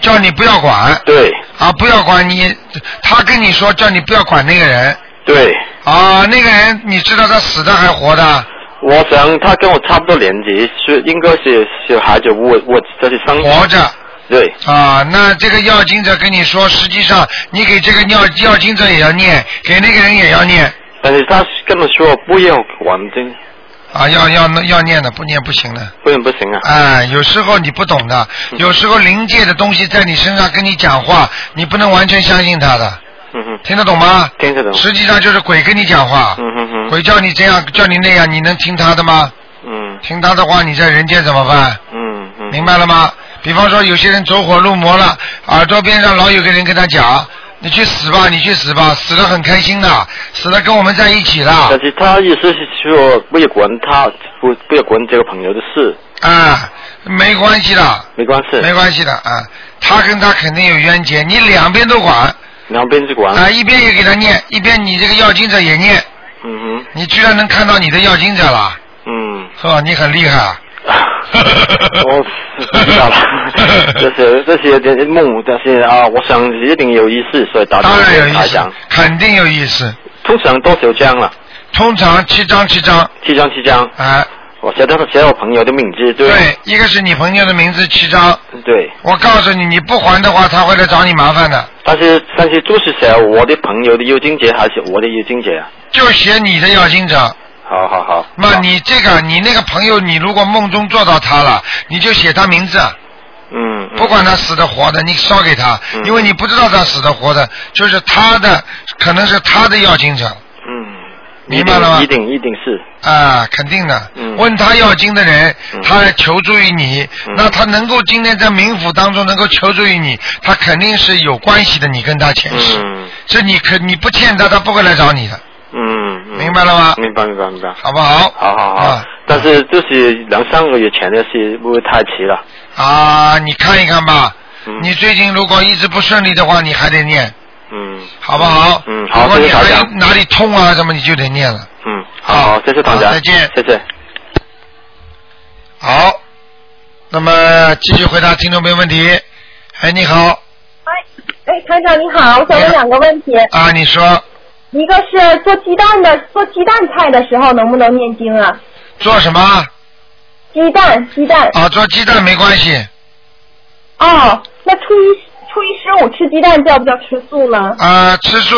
叫你不要管
对
啊，不要管你，他跟你说叫你不要管那个人
对，
啊，那个人你知道他死的还活的，
我想他跟我差不多年纪，是应该是小孩子，我我这是生
活着
对
啊，那这个要经者跟你说，实际上你给这个要要经者也要念，给那个人也要念
但是他跟我说不要管，真
啊，要要要念的，不念不行的。
不然不行啊。
哎，有时候你不懂的，有时候灵界的东西在你身上跟你讲话，你不能完全相信他的，
嗯哼，
听得懂吗？
听得懂。
实际上就是鬼跟你讲话，
嗯哼哼，
鬼叫你这样，叫你那样，你能听他的吗？
嗯
听他的话，你在人间怎么办？
嗯嗯，
明白了吗？比方说有些人走火入魔了，耳朵边上老有个人跟他讲：“你去死吧，你去死吧，死了很开心的，死了跟我们在一起了
但。是他意思是说不要管他，不不要管这个朋友的事，”
啊，没关系的，
没关系，
没关系的啊，他跟他肯定有冤结，你两边都
啊
管。
两边去管。
啊，一边也给他念，一边你这个要经者也念，
嗯哼，
你居然能看到你的要经者了，
嗯。
是吧？你很厉害啊。
我知 道了，这些这些这些梦，但是啊，我想一定有意思，所以打
当然有
算
意
台
思
长。，
肯定有意思。
通常多少张了？
通常七张七张，
七张七张。
啊，
我写的是写我朋友的名字，对
对，一个是你朋友的名字七张，
对，
我告诉你，你不还的话，他会来找你麻烦的，
但是但是就是写我的朋友的幽金姐还是我的幽金姐啊？
就写你的要经者。
好好好，
那你这个，你那个朋友，你如果梦中做到他了，你就写他名字，
嗯，嗯
不管他死的活的，你烧给他，
嗯
因为你不知道他死的活的，就是他的，可能是他的要经者
嗯，
明白了吗
一定一定是，
啊，肯定的。
嗯
问他要经的人，
嗯
他来求助于你，
嗯
那他能够今天在冥府当中能够求助于你，他肯定是有关系的，你跟他前世，
嗯
是你可你不欠他，他不会来找你的，
嗯，嗯
明白了吗
明白明白明白，
好不好？
好好好，
啊
但是就是两三个月前的事，不会太迟了。
啊，你看一看吧。
嗯
你最近如果一直不顺利的话，你还得念，
嗯
好不好？
嗯好
如果
谢
你
谢大
还
家
有哪里痛啊什么，你就得念了。
嗯，好，谢谢大家，
好再见
谢谢。
好，那么继续回答听众朋友问题。哎，你好
哎，台长你好，我想问两个问题，
啊，你说
一个是做鸡蛋的，做鸡蛋菜的时候能不能念经啊？
做什么？
鸡蛋，鸡蛋。
啊，做鸡蛋没关系
哦，那初一初一十五吃鸡蛋叫不叫吃素呢？
啊。吃素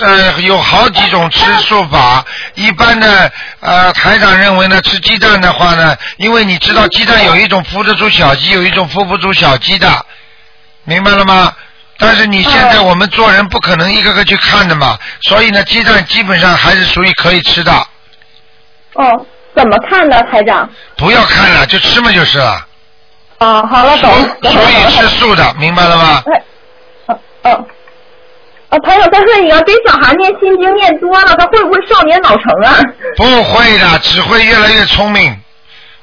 呃有好几种吃素法，一般的呃台长认为呢，吃鸡蛋的话呢，因为你知道鸡蛋有一种孵得出小鸡，有一种孵不出小鸡的，明白了吗？但是你现在我们做人不可能一个个去看的嘛，所以呢，鸡蛋基本上还是属于可以吃的，
哦，怎么看呢，台长？
不要看了就吃嘛就是了。
啊、好了，
所
懂了懂了。懂
所以吃
了
素的，明白了吗？
哎，哦哦。哦，台长，再问一个，给小孩念心经念多了，他会不会少年老成啊？
不会的，只会越来越聪明，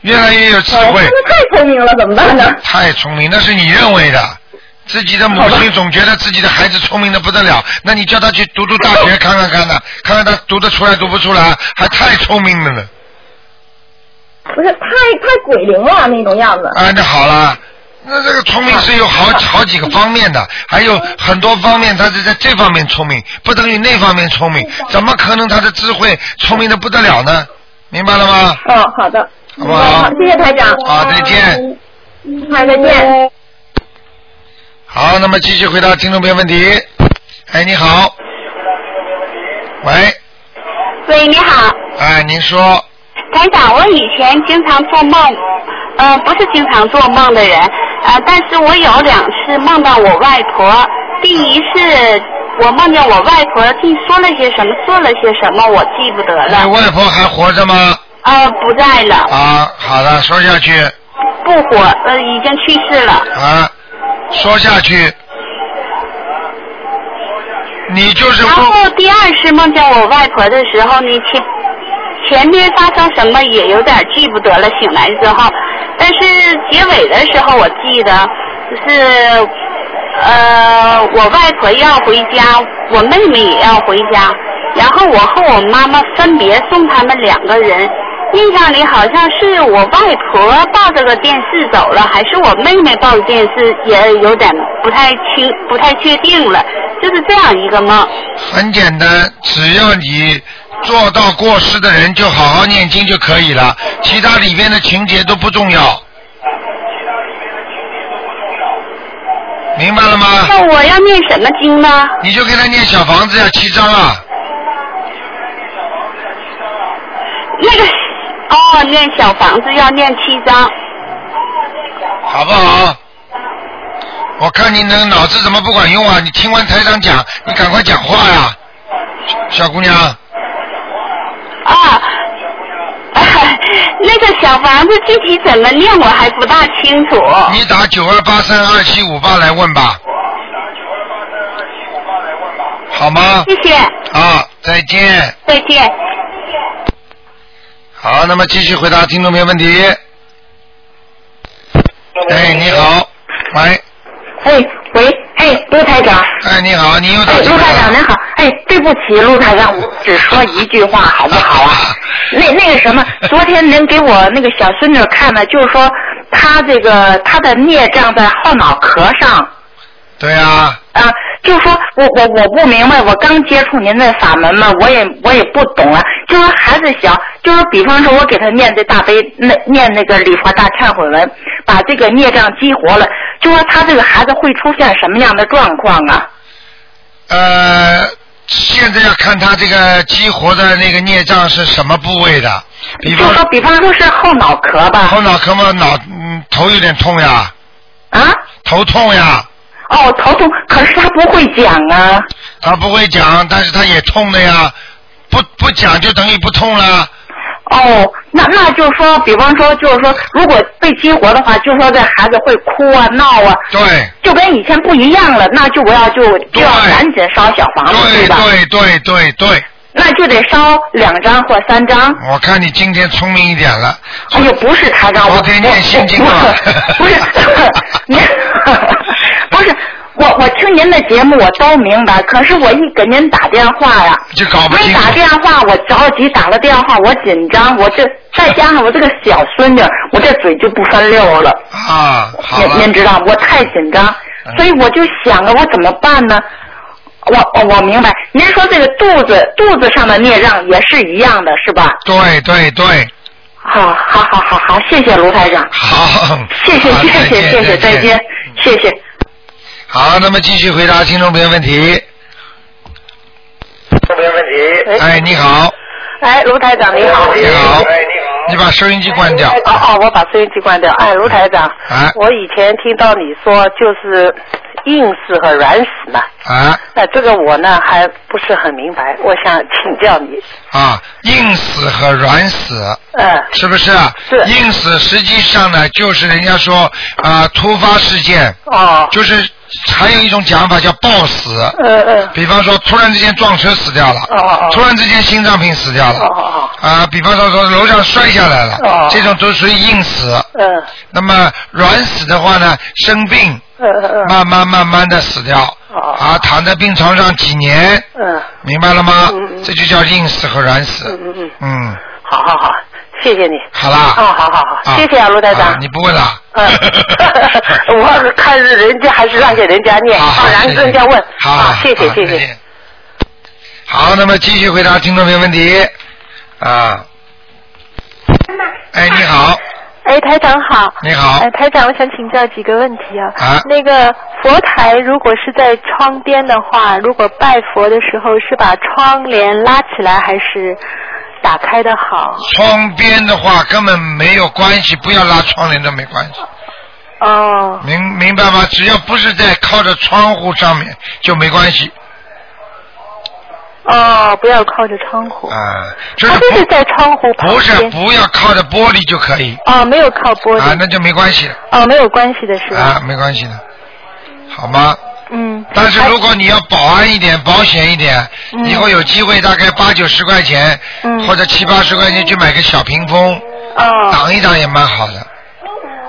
越来越有智
哦
慧
他。们太聪明了，怎么办呢？
太聪明，那是你认为的。自己的母亲总觉得自己的孩子聪明的不得了，那你叫他去读读大 学看看看呢，看看他读得出来读不出来，还太聪明了呢。
不是太太鬼灵了那种样子。
啊，那好了，那这个聪明是有 好好几个方面的，还有很多方面，他是在这方面聪明，不等于那方面聪明，怎么可能他的智慧聪明的不得了呢？明白了吗？
哦，好的。
好不好
谢谢台长。
好，再见。
好，再见。
好，那么继续回答听众朋友问题。哎，你好。喂，
喂，你好，
哎，您说，
台长，我以前经常做梦，呃，不是经常做梦的人，呃，但是我有两次梦到我外婆，第一次我梦见我外婆竟说了些什么，做了些什么，我记不得
你
了，
哎外婆还活着吗？
呃，不在了，
啊，好了，说下去
不活，呃，已经去世了，
啊，说下去。你就是
然
不
后第二次梦见我外婆的时候呢，前前面发生什么也有点记不得了。醒来之后，但是结尾的时候我记得是，呃，我外婆要回家，我妹妹也要回家，然后我和我妈妈分别送他们两个人。印象里好像是我外婆抱着个电视走了，还是我妹妹抱着电视，也有点不太清、不太确定了。就是这样一个梦。
很简单，只要你做到过失的人，就好好念经就可以了，其他里边的情节都不重要。明白了吗？
那我要念什么经呢？
你就给他念小房子呀、七张啊，
那个哦，念小房子要念七章。
好不好？我看你能脑子怎么不管用啊！你听完台长讲，你赶快讲话呀、小小姑娘。
啊。 那个小房子具体怎么念我还不大清楚。
你打九二八三二七五八来问吧，好吗？
谢谢，
啊，再见。
再见。
好，那么继续回答听众朋友问题。哎，你好，喂，
哎，喂，哎，陆台长，
哎，你好，你又打
哎，
进
陆台
来
长
了。
您好，哎，对不起，陆台长，我只说一句话好不好啊？那那个什么，昨天您给我那个小孙女看的，就是说她这个她的孽障在后脑壳上
对啊，
啊，
就是说我我我不明白，我刚接触您的法门嘛，我也我也不懂啊。就是孩子小，就是比方说我给他念这大悲，那念那个礼佛大忏悔文，把这个孽障激活了，就说他这个孩子会出现什么样的状况啊？
呃，现在要看他这个激活的那个孽障是什么部位的，比
就
方
说比方说是后脑壳吧。
后脑壳嘛，脑嗯头有点痛呀。
啊？
头痛呀。
哦，头痛，可是他不会讲啊。
他不会讲，但是他也痛的呀，不不讲就等于不痛了。
哦，那那就是说，比方说，就是说，如果被激活的话，就是说这孩子会哭啊、闹啊，
对。
就跟以前不一样了。那就我要就就要赶紧烧小房子，对吧？
对对对对，
那就得烧两张或三张。
我看你今天聪明一点了。
哎呦，不是台长，我
昨天哦念心经啊
我
了。
我不是 您，不是我我听您的节目我都明白，可是我一给您打电话呀，
就搞不
没
清楚
打电话我着急，打了电话我紧张，我这再加上我这个小孙女，我这嘴就不分溜了。
啊，好
您您
了，嗯
知道，我太紧张，所以我就想着我怎么办呢？我我我明白，您说这个肚子肚子上的孽障也是一样的，是吧？
对对对，
好，好，好，好，好，谢谢卢台长，
好，
谢谢，
好
谢谢，谢谢，再见，
嗯
谢谢。
好，那么继续回答听众朋友问题。
没问题。
哎，你好，
哎，卢台长你好。
你好，你把收音机关掉。
哦哦，我把收音机关掉。哎，卢台长，
哎
我以前听到你说就是硬死和软死嘛，
啊
那这个我呢还不是很明白，我想请教你。
啊，硬死和软死。
嗯，
是不是啊？
是
硬死实际上呢，就是人家说啊、突发事件。
哦。
就是还有一种讲法叫暴死。
嗯嗯。
比方说，突然之间撞车死掉了。
哦哦哦
突然之间心脏病死掉了。
哦哦
啊，比方说从楼上摔下来了。
哦
这种都属于硬死。
嗯。
那么软死的话呢，生病，
嗯嗯
慢慢慢慢的死掉。
哦
啊，躺在病床上几年，
嗯
明白了吗？
嗯嗯
这就叫硬死和软死。
嗯嗯嗯，
嗯，
好好好，谢谢你。
好啦
哦，好好好，
啊
谢谢啊，卢台
啊
长。
你不问了。
嗯，我看是人家还是让给人家念，
好
啊，然后人家问，
好
啊，谢谢
好
谢
再
谢
见。好，那么继续回答听众朋友问题。啊，哎，你好，
哎，台长好。
你好
哎，台长，我想请教几个问题啊。
啊
那个佛台如果是在窗边的话，如果拜佛的时候是把窗帘拉起来还是打开的好？
窗边的话根本没有关系，不要拉窗帘都没关系，
哦
明明白吗？只要不是在靠着窗户上面就没关系
哦，不要靠着窗户。
啊，就是
它
不
就是在窗户旁
不是
边。
不要靠着玻璃就可以
哦，没有靠玻璃。
啊，那就没关系了
哦，没有关系的是吧？
啊，没关系的，好吗？
嗯。
但是如果你要保安一点、保险一点，
嗯
以后有机会大概八九十块钱，
嗯
或者七八十块钱去买个小屏风，
哦
挡一挡也蛮好的。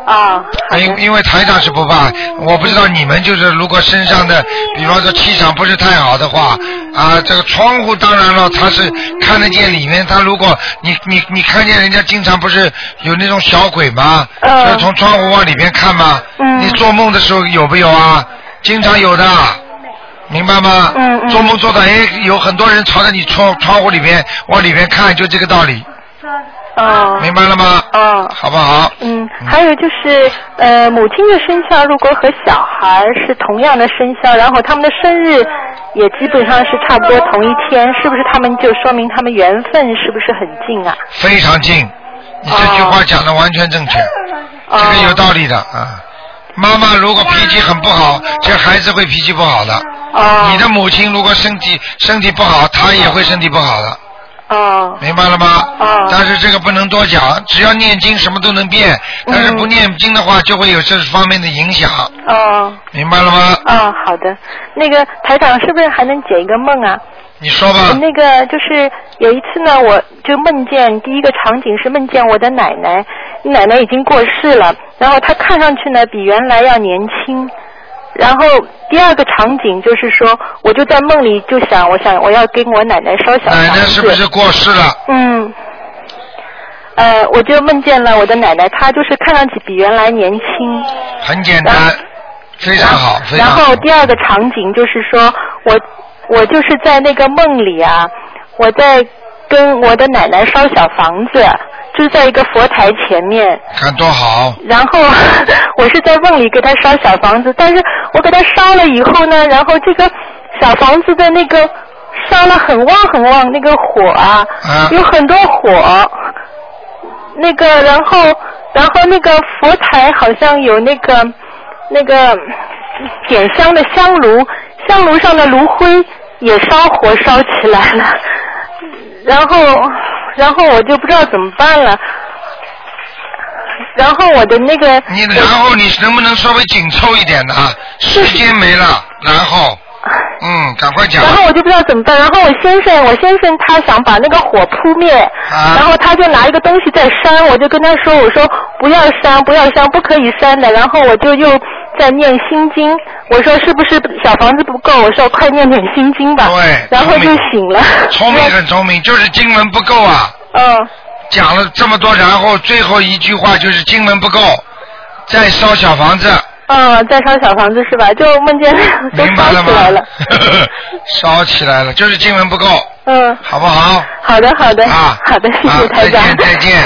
哦，嗯
因因为台长是不怕，我不知道你们就是如果身上的，比方说气场不是太好的话，啊，这个窗户当然了，它是看得见里面。它如果你你你看见人家经常不是有那种小鬼吗？
嗯
就是从窗户往里边看吗？
嗯
你做梦的时候有没有啊？经常有的。明白吗？
嗯嗯
做梦做到，哎，有很多人朝着你窗窗户里边往里边看，就这个道理，
哦。
明白了吗？
哦。
好不好？
嗯，还有就是，呃，母亲的生肖如果和小孩儿是同样的生肖，然后他们的生日也基本上是差不多同一天，是不是他们就说明他们缘分是不是很近啊？
非常近，你这句
哦
话讲的完全正确，这个有道理的啊。妈妈如果脾气很不好，这孩子会脾气不好的。
哦
你的母亲如果身体身体不好，她也会身体不好的，
哦
明白了吗？
哦
但是这个不能多讲，只要念经什么都能变，
嗯
但是不念经的话就会有这方面的影响，
哦
明白了吗？
哦，好的。那个台长是不是还能解一个梦啊？
你说吧。
那个就是有一次呢，我就梦见第一个场景是梦见我的奶奶，奶奶已经过世了，然后她看上去呢比原来要年轻。然后第二个场景就是说，我就在梦里就想，我想我要跟我奶奶烧小房子。
奶奶是不是过世了？
嗯。呃，我就梦见了我的奶奶，她就是看上去比原来年轻。
很简单，非常好，非
然
常好。
后第二个场景就是说我我就是在那个梦里啊，我在跟我的奶奶烧小房子，就是在一个佛台前面，
看多好，
然后 我是在梦里给他烧小房子，但是我给他烧了以后呢，然后这个小房子的那个烧了很旺很旺，那个火啊，
啊
有很多火，那个然后然后那个佛台好像有那个那个点香的香炉，香炉上的炉灰也烧火烧起来了，然后然后我就不知道怎么办了。然后我的那个
你然后你能不能稍微紧凑一点的啊？时间没了，然后，嗯，赶快讲
然。后我就不知道怎么办。然后我先生，我先生他想把那个火扑灭，
啊
然后他就拿一个东西在扇，我就跟他说，我说不要扇，不要扇，不可以扇的。然后我就又在念心经，我说是不是小房子不够？我说快念点心经吧。
对，
然后就
聪明
醒了。
聪明很聪明，就是经文不够啊。
嗯。
讲了这么多，然后最后一句话就是经文不够，再烧小房子，
嗯，在烧小房子是吧？就梦 见都
明
烧
白了
起
吗
来了。？
烧起来了，就是经文不够，
嗯，
好不好？
好的，好的，
啊
好的，谢谢台长。
再见。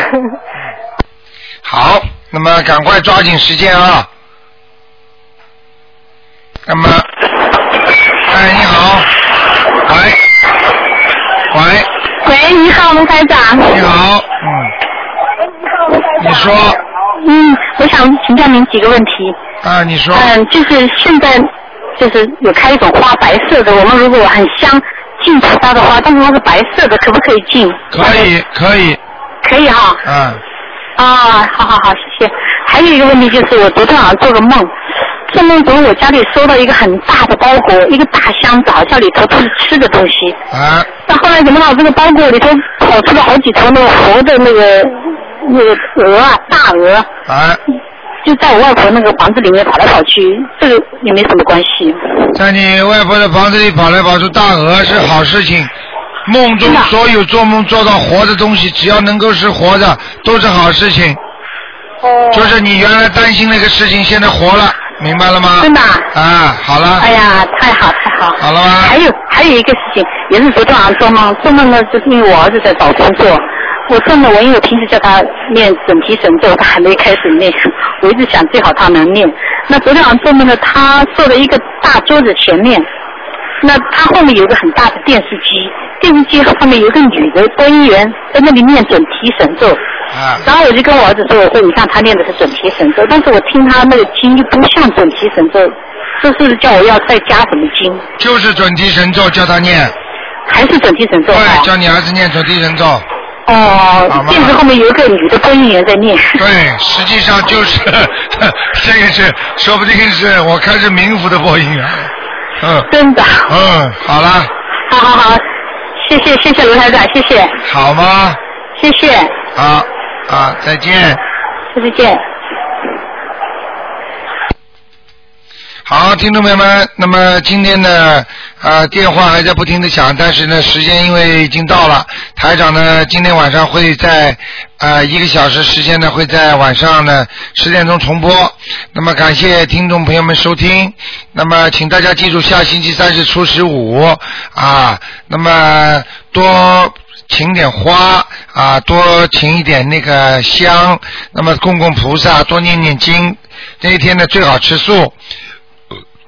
好，那么赶快抓紧时间啊。那么，哎，你好，喂，喂，
喂，你好，卢台长。
你好，嗯，你说，
嗯，我想请教您几个问题。
啊，你说。
嗯，就是现在就是有开一种花，白色的，我们如果很香进其他的花，但是它是白色的，可不可以进？嗯
可以，可以，
可以哈、
嗯，
啊，好好好，谢谢。还有一个问题就是，我昨天晚上做个梦，做梦中我家里收到一个很大的包裹，一个大箱子，好像里头都是吃的东西。
啊。
但后来怎么搞？这个包裹里头跑出了好几头那个活的那个那个鹅啊，大鹅，
啊，
就在我外婆那个房子里面跑来跑去，这个也没什么关系。
在你外婆的房子里跑来跑去，大鹅是好事情。梦中所有做梦做到活的东西，只要能够是活的，都是好事情。
哦。
就是你原来担心那个事情，现在活了，明白了吗？
真的啊
啊，好了。
哎呀，太好太好。
好了吗？
还有还有一个事情，也是昨天晚上做梦，做梦呢，就是因为我儿子在找工作，我做梦，我因为我平时叫他念准提神咒，他还没开始念，我一直想最好他能念。那昨天晚上做梦呢，他坐在一个大桌子前面，那他后面有一个很大的电视机，电视机后面有一个女的播音员在那里念准提神咒。
啊。
然后我就跟我儿子说：“我说你看他念的是准提神咒，但是我听他那个经就不像准提神咒，这是不是叫我要再加什么经？
就是准提神咒，叫他念。
还是准提神咒？
对，叫你儿子念准提神咒。
哦，电视后面有一个女的播音员在念。
对，实际上就是 这个是，说不定是我看是冥府的播音员。嗯。
真的。
嗯，好了，
好好好，谢谢谢谢卢台长，谢谢
好吗？
谢谢，
好，啊，再见。
说再见。
好，听众朋友们，那么今天呢，呃，电话还在不停的响，但是呢，时间因为已经到了，台长呢今天晚上会在呃一个小时时间呢会在晚上呢十点钟重播。那么感谢听众朋友们收听，那么请大家记住，下星期三是初十五啊，那么多请点花啊，多请一点那个香，那么供供菩萨，多念念经。这一天呢，最好吃素。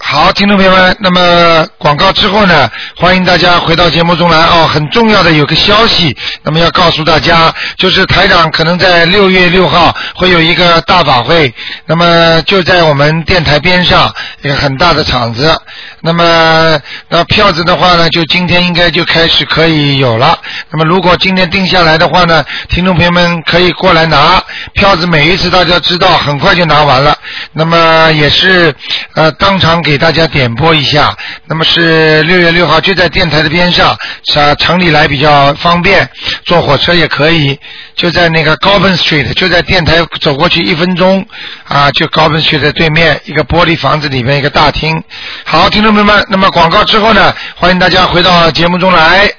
好，听众朋友们，那么广告之后呢，欢迎大家回到节目中来哦。很重要的有个消息，那么要告诉大家，就是台长可能在六月六号会有一个大法会，那么就在我们电台边上一个很大的场子。那么那票子的话呢，就今天应该就开始可以有了。那么如果今天定下来的话呢，听众朋友们可以过来拿票子，每一次大家知道很快就拿完了。那么也是呃当场给大家点播一下，那么是六月六号就在电台的边上，啊城里来比较方便，坐火车也可以，就在那个 g o b i n Street，就在电台走过去一分钟啊，就 g o b i n Street 的对面一个玻璃房子里面一个大厅。好，听众朋友们，那么广告之后呢，欢迎大家回到节目中来。